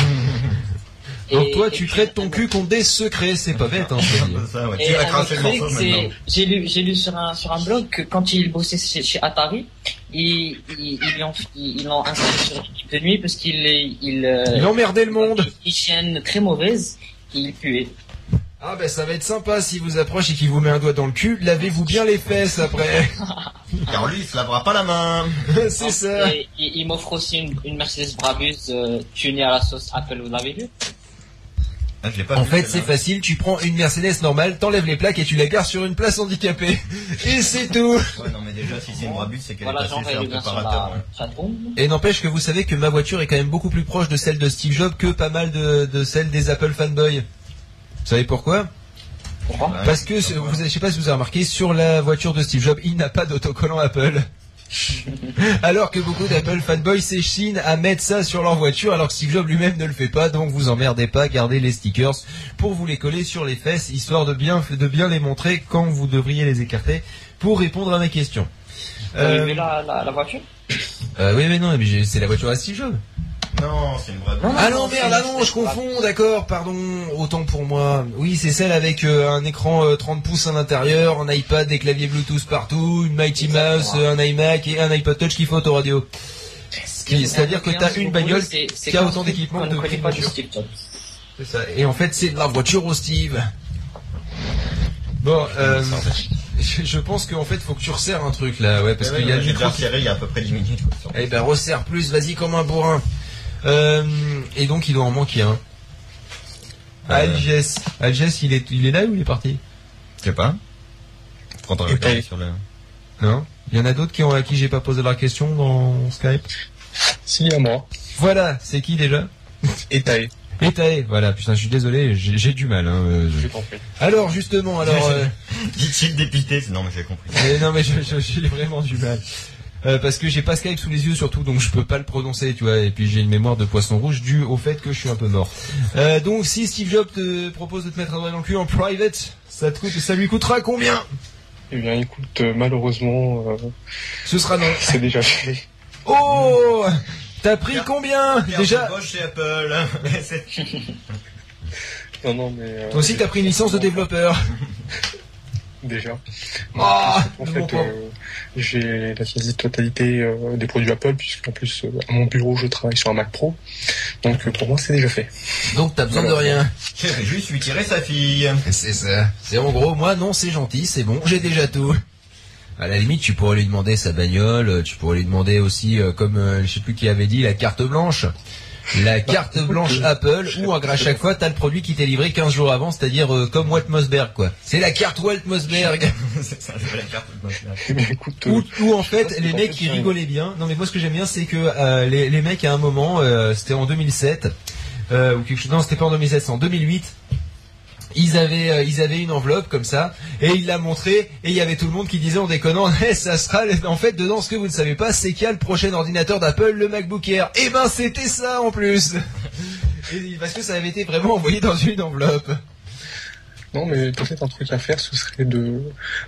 Donc Et- toi, et tu puis, traites ton un- cul contre des secrets, c'est pas bête, hein, c'est je te un dis. peu ça, ouais. Et Tu vas un autre cracher le truc, morceau c'est- maintenant. j'ai lu, j'ai lu sur un, sur un blog que quand il bossait chez, chez Atari, ils, ils, ils l'ont, ils ils l'ont installé sur l'équipe de nuit parce qu'il, est- il, euh, Il emmerdait le monde. il chienne très mauvaise, il puait. Ah ben ça va être sympa s'il vous approche et qu'il vous met un doigt dans le cul, lavez-vous bien les fesses après. Car lui, il se lavera pas la main. c'est ça. Et il, il m'offre aussi une, une Mercedes Brabus euh, tunée à la sauce Apple, vous l'avez vu Ah, je l'ai pas En vu, fait c'est celle-là. facile, tu prends une Mercedes normale, t'enlèves les plaques et tu la gares sur une place handicapée. Et c'est tout. Ouais, non, mais déjà, si c'est une brabus, c'est qu'elle bah, Voilà, est j'en passée vais chez un bien bah, sur préparateur. la chatroom. Et n'empêche que vous savez que ma voiture est quand même beaucoup plus proche de celle de Steve Jobs que pas mal de, de celle des Apple fanboys. Vous savez pourquoi Pourquoi Ouais. Parce que, ce- vous, je sais pas si vous avez remarqué, sur la voiture de Steve Jobs, il n'a pas d'autocollant Apple. Alors que beaucoup d'Apple fanboys s'échinent à mettre ça sur leur voiture, alors que Steve Jobs lui-même ne le fait pas, donc vous emmerdez pas, gardez les stickers pour vous les coller sur les fesses, histoire de bien, de bien les montrer quand vous devriez les écarter pour répondre à mes questions. Vous avez Euh, vu la, la, la voiture euh, oui, mais non, mais j'ai- c'est la voiture à Steve Jobs. Non, c'est une brabus. Ah non, merde, ah non, je confonds, d'accord, pardon, autant pour moi. Oui, c'est celle avec euh, un écran euh, 30 pouces à l'intérieur, un iPad, des claviers Bluetooth partout, une Mighty Mouse, Exactement. euh, un iMac et un iPod Touch qui fait autoradio. Ce qui- C'est-à-dire que t'as une bagnole, qui a autant d'équipements qu'on que de ne connaît prix pas de du Steve Jobs. Ah c'est ça. et en fait c'est de la voiture au Steve. Bon, euh, je je pense qu'en fait faut que tu resserres un truc là, ouais, parce Eh Ouais, qu'il y a ouais, le j'ai micro déjà qui retiré il y a à peu près 10 minutes. quoi, sur- Eh ben resserre plus, vas-y comme un bourrin. Euh, et donc il doit en manquer un. Algès. Euh, Algès, il est, il est là ou il est parti Je sais pas. Prendre Et un t'as- sur le. Non. Il y en a d'autres qui ont, à qui j'ai pas posé leur question dans Skype. Si, à moi. Voilà, c'est qui déjà Et taille. Et Tae, voilà, putain, je suis désolé, j'ai j'ai du mal. hein, euh, Je je- t'en prie. Alors justement, alors... euh, Dit-il dépité c'est- Non, mais j'ai compris. Mais non, mais je- je- j'ai vraiment du mal. Euh, parce que j'ai pas Skype sous les yeux surtout, donc je peux pas le prononcer, tu vois. Et puis j'ai une mémoire de poisson rouge due au fait que je suis un peu mort. Euh, donc si Steve Jobs te propose de te mettre un doigt dans le cul en private, ça te coûte, ça lui coûtera combien Eh bien, écoute, euh, malheureusement, euh, Ce sera non. c'est déjà fait. Oh, t'as pris combien déjà Bosch chez Apple. C'est- Non, non, mais... euh, Toi aussi t'as pris une licence de développeur. Déjà. Ah, en de fait, mon temps. euh, j'ai la quasi-totalité euh, des produits Apple, puisque en plus, euh, à mon bureau, je travaille sur un Mac Pro. Donc, euh, pour moi, c'est déjà fait. Donc t'as besoin de rien. Je vais juste lui tirer sa fille. C'est ça. C'est en gros, moi non, c'est gentil, c'est bon, j'ai déjà tout. À la limite, tu pourrais lui demander sa bagnole, euh, tu pourrais lui demander aussi, euh, comme euh, je sais plus qui avait dit, la carte blanche. La carte blanche Apple où à chaque fois t'as le produit qui t'est livré 15 jours avant, c'est-à-dire euh, comme Walt Mosberg quoi. C'est la carte Walt Mosberg. C'est ça, c'est la carte de Mosberg. Où, où, en fait les mecs ils rigolaient bien. Non mais moi ce que j'aime bien c'est que euh, les, les mecs à un moment, euh, c'était en 2007 euh, ou quelque chose. Non c'était pas en 2007, c'est en 2008. Ils avaient, euh, ils avaient une enveloppe comme ça, et il l'a montré, et il y avait tout le monde qui disait en déconnant, Eh, ça sera, le- en fait, dedans, ce que vous ne savez pas, c'est qu'il y a le prochain ordinateur d'Apple, le MacBook Air. Et ben, c'était ça, en plus! Et- parce que ça avait été vraiment envoyé dans une enveloppe. Non, mais peut-être un truc à faire, ce serait de,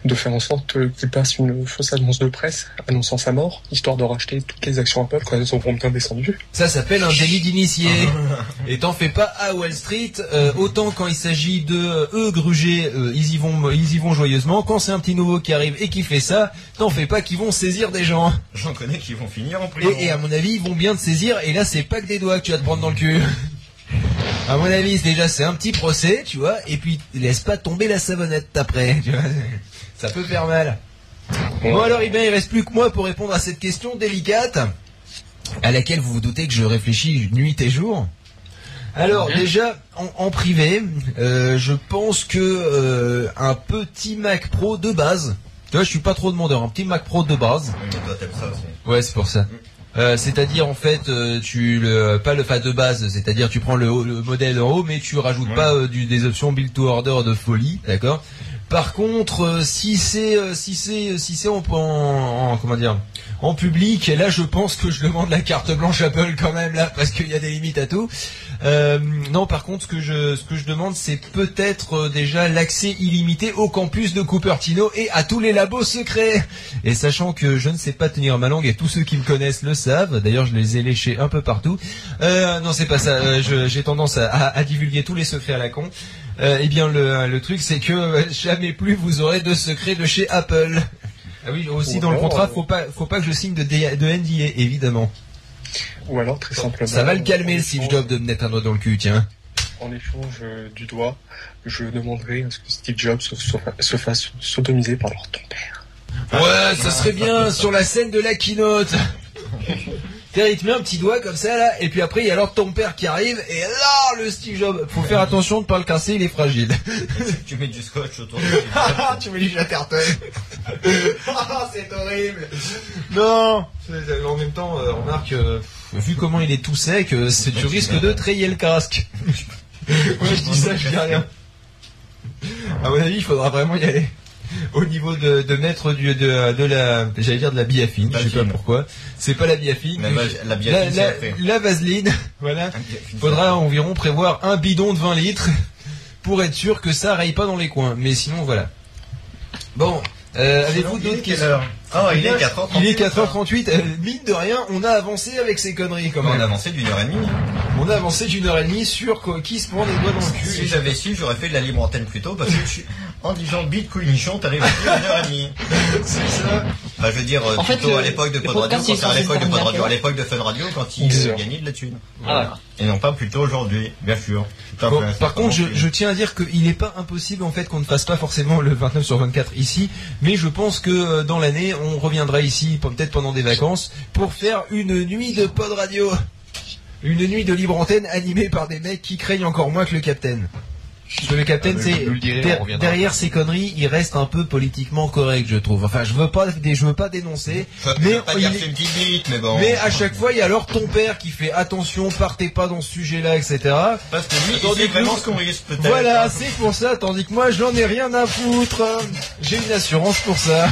de faire en sorte qu'il passe une fausse annonce de presse annonçant sa mort, histoire de racheter toutes les actions Apple quand elles auront bien descendu. Ça s'appelle un délit d'initié. Et t'en fais pas à Wall Street. euh, autant quand il s'agit de euh, eux gruger, euh, ils y vont, ils y vont joyeusement. Quand c'est un petit nouveau qui arrive et qui fait ça, t'en fais pas qu'ils vont saisir des gens. J'en connais qui vont finir en prison. Et, et à mon avis, ils vont bien te saisir. Et là, c'est pas que des doigts que tu vas te prendre dans le cul. À mon avis, c'est déjà, c'est un petit procès, tu vois. Et puis, laisse pas tomber la savonnette après. tu vois. Ça peut faire mal. Bon alors, eh bien, il reste plus que moi pour répondre à cette question délicate, à laquelle vous vous doutez que je réfléchis nuit et jour. Alors déjà en, en privé, euh, je pense que euh, un petit Mac Pro de base. Tu vois, je suis pas trop demandeur. Un petit Mac Pro de base. Ouais, c'est pour ça. Euh, c'est-à-dire en fait, euh, tu le pas le pas de base, c'est-à-dire tu prends le, haut- le modèle en haut, mais tu rajoutes pas euh, du, des options build to order de folie, d'accord. Par contre, euh, si c'est euh, si c'est si c'est en, en- en- comment dire en public, là je pense que je demande la carte blanche Apple quand même là parce qu'il y a des limites à tout. Euh, non, par contre, ce que je ce que je demande, c'est peut-être euh, déjà l'accès illimité au campus de Cupertino et à tous les labos secrets. Et sachant que je ne sais pas tenir ma langue et tous ceux qui me connaissent le savent. D'ailleurs, je les ai léchés un peu partout. Euh, non, c'est pas ça. Euh, je- J'ai tendance à, à- à divulguer tous les secrets à la con. Euh, eh bien, le, le truc, c'est que euh, jamais plus vous aurez de secrets de chez Apple. Ah oui, aussi dans le contrat, faut pas, faut pas que je signe de, D- de NDA, évidemment. Ou alors, très simplement. Ça va le calmer le Steve Jobs de me mettre un doigt dans le cul, tiens. En échange euh, du doigt, je demanderai à ce que Steve Jobs se, se- se fasse sodomiser par leur tombe. Ouais, ça serait bien sur la scène de la keynote. Tiens, il te met un petit doigt comme ça là, et puis après il y a alors ton père qui arrive, et là le Steve Jobs. Faut faire attention de pas le casser, il est fragile. Tu mets du scotch autour tu me dis la cartonne. Ah, c'est horrible. Non. En même temps, euh, remarque, euh, vu comment il est tout sec, euh, c'est- tu risques de trayer le casque. Moi je dis ça, je dis rien. À mon avis, il faudra vraiment y aller. Au niveau de, de mettre du, de, de la, j'allais dire de la biafine, je sais pas Biafine. pourquoi. C'est pas la biafine. La que va- je- la biafine, c'est la- après. la vaseline, voilà. Faudra environ prévoir un bidon de 20 litres pour être sûr que ça raye pas dans les coins. Mais sinon, voilà. Bon, euh, avez-vous d'autres questions Ah, il est Bien, 4h38. Il est 4h38. Euh, mine de rien, on a avancé avec ces conneries quand On même. a avancé d'une heure et demie. On a avancé d'une heure et demie sur quoi- qui se prend les doigts dans le cul. Si j'avais su, j'aurais fait de la libre antenne plus tôt parce que je suis- en disant bitcoin nichon, t'arrives à dire une heure et demie. C'est ça. Enfin, je veux dire, euh, En fait, plutôt le- à l'époque de le Pod Radio, podcast, quand il c'est à est l'époque de sorti Pod dans Radio, la à l'époque de Fun Radio, quand ils Dix euh, heures. gagnaient de la thune. Ah, Et non pas plutôt aujourd'hui, bien sûr. Putain, Bon, enfin, c'est par pas contre, je, non plus. je tiens à dire qu'il n'est pas impossible en fait qu'on ne fasse pas forcément le 29 sur 24 ici, mais je pense que euh, dans l'année, on reviendra ici, pe- peut-être pendant des vacances, pour faire une nuit de pod radio. Une nuit de libre antenne animée par des mecs qui craignent encore moins que le capitaine. Parce que le capitaine, Ah, mais c'est vous nous le direz, der- on reviendra. derrière ces conneries, il reste un peu politiquement correct, je trouve. Enfin, je veux pas, dé- je veux pas dénoncer, Enfin, je mais veux pas il dire est- c'est une petite bite, mais bon. mais à chaque fois, il y a alors ton père qui fait attention, partez pas dans ce sujet-là, etc. Parce que lui, il Attendez sait que vraiment nous- ce qu'on risque peut-être. hein. Voilà, c'est pour ça, tandis que moi j'en ai rien à foutre. J'ai une assurance pour ça.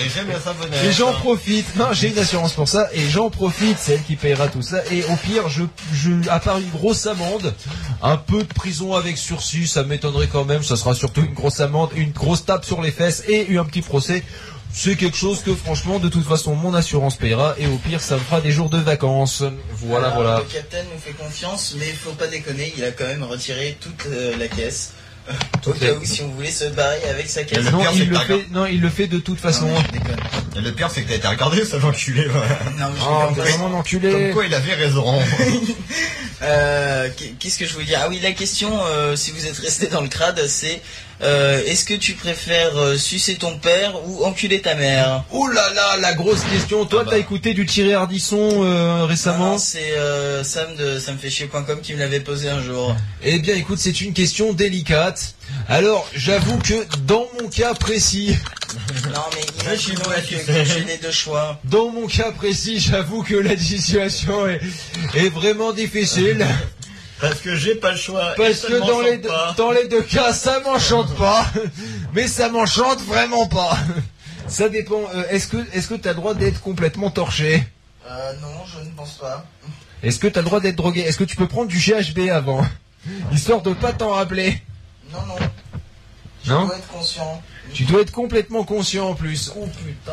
Et j'aime la savonnette. Et j'en profite. Non, j'ai une assurance pour ça et j'en profite, c'est elle qui payera tout ça. Et au pire, je, je, à part une grosse amende, un peu de prison avec sursis, ça m'étonnerait quand même. Ça sera surtout une grosse amende, une grosse tape sur les fesses et un petit procès. C'est quelque chose que franchement, de toute façon, mon assurance payera et au pire, ça me fera des jours de vacances. Voilà, Alors, voilà. Le capitaine nous fait confiance, mais faut pas déconner, il a quand même retiré toute euh, la caisse. Euh, Au cas où, si on voulait se barrer avec sa caisse. le Non, pire, c'est il que le t'as fait, non, il le fait de toute façon. Non, mais je déconne. Et le pire, c'est que t'as été regardé, ça, l'enculé. voilà. Non, mais je Oh, déconne t'es pas. vraiment un enculé. Comme quoi, il avait raison. Euh, qu- Qu'est-ce que je voulais dire Ah oui, la question, euh, si vous êtes resté dans le crade, c'est euh, est-ce que tu préfères euh, sucer ton père ou enculer ta mère Oh là là, la grosse question. Ah Toi, bah. t'as écouté du Thierry Ardisson euh, récemment Ah Non, C'est euh, Sam de ça me fait chier.com qui me l'avait posé un jour. Eh bien, écoute, c'est une question délicate. Alors, j'avoue que dans mon cas précis, Non, mais imaginons que, que j'ai les deux choix. dans mon cas précis, j'avoue que la situation est, est vraiment difficile. Parce que j'ai pas le choix. et Parce Ah, ça que ne dans m'enchante les, deux, pas. dans les deux cas, ça m'enchante pas, mais ça m'enchante vraiment pas. Ça dépend. euh, est-ce que est-ce que t'as le droit d'être complètement torché Euh, non, je ne pense pas. Est-ce que t'as le droit d'être drogué Est-ce que tu peux prendre du GHB avant Histoire de pas t'en rappeler. Non, non. Je Non dois être conscient. Tu dois être complètement conscient en plus. Oh putain.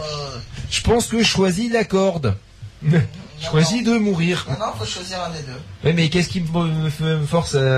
Je pense que je choisis la corde. Je Non, choisis de mourir. Non, non, faut choisir un des deux. Oui, mais qu'est-ce qui me, me- me force à...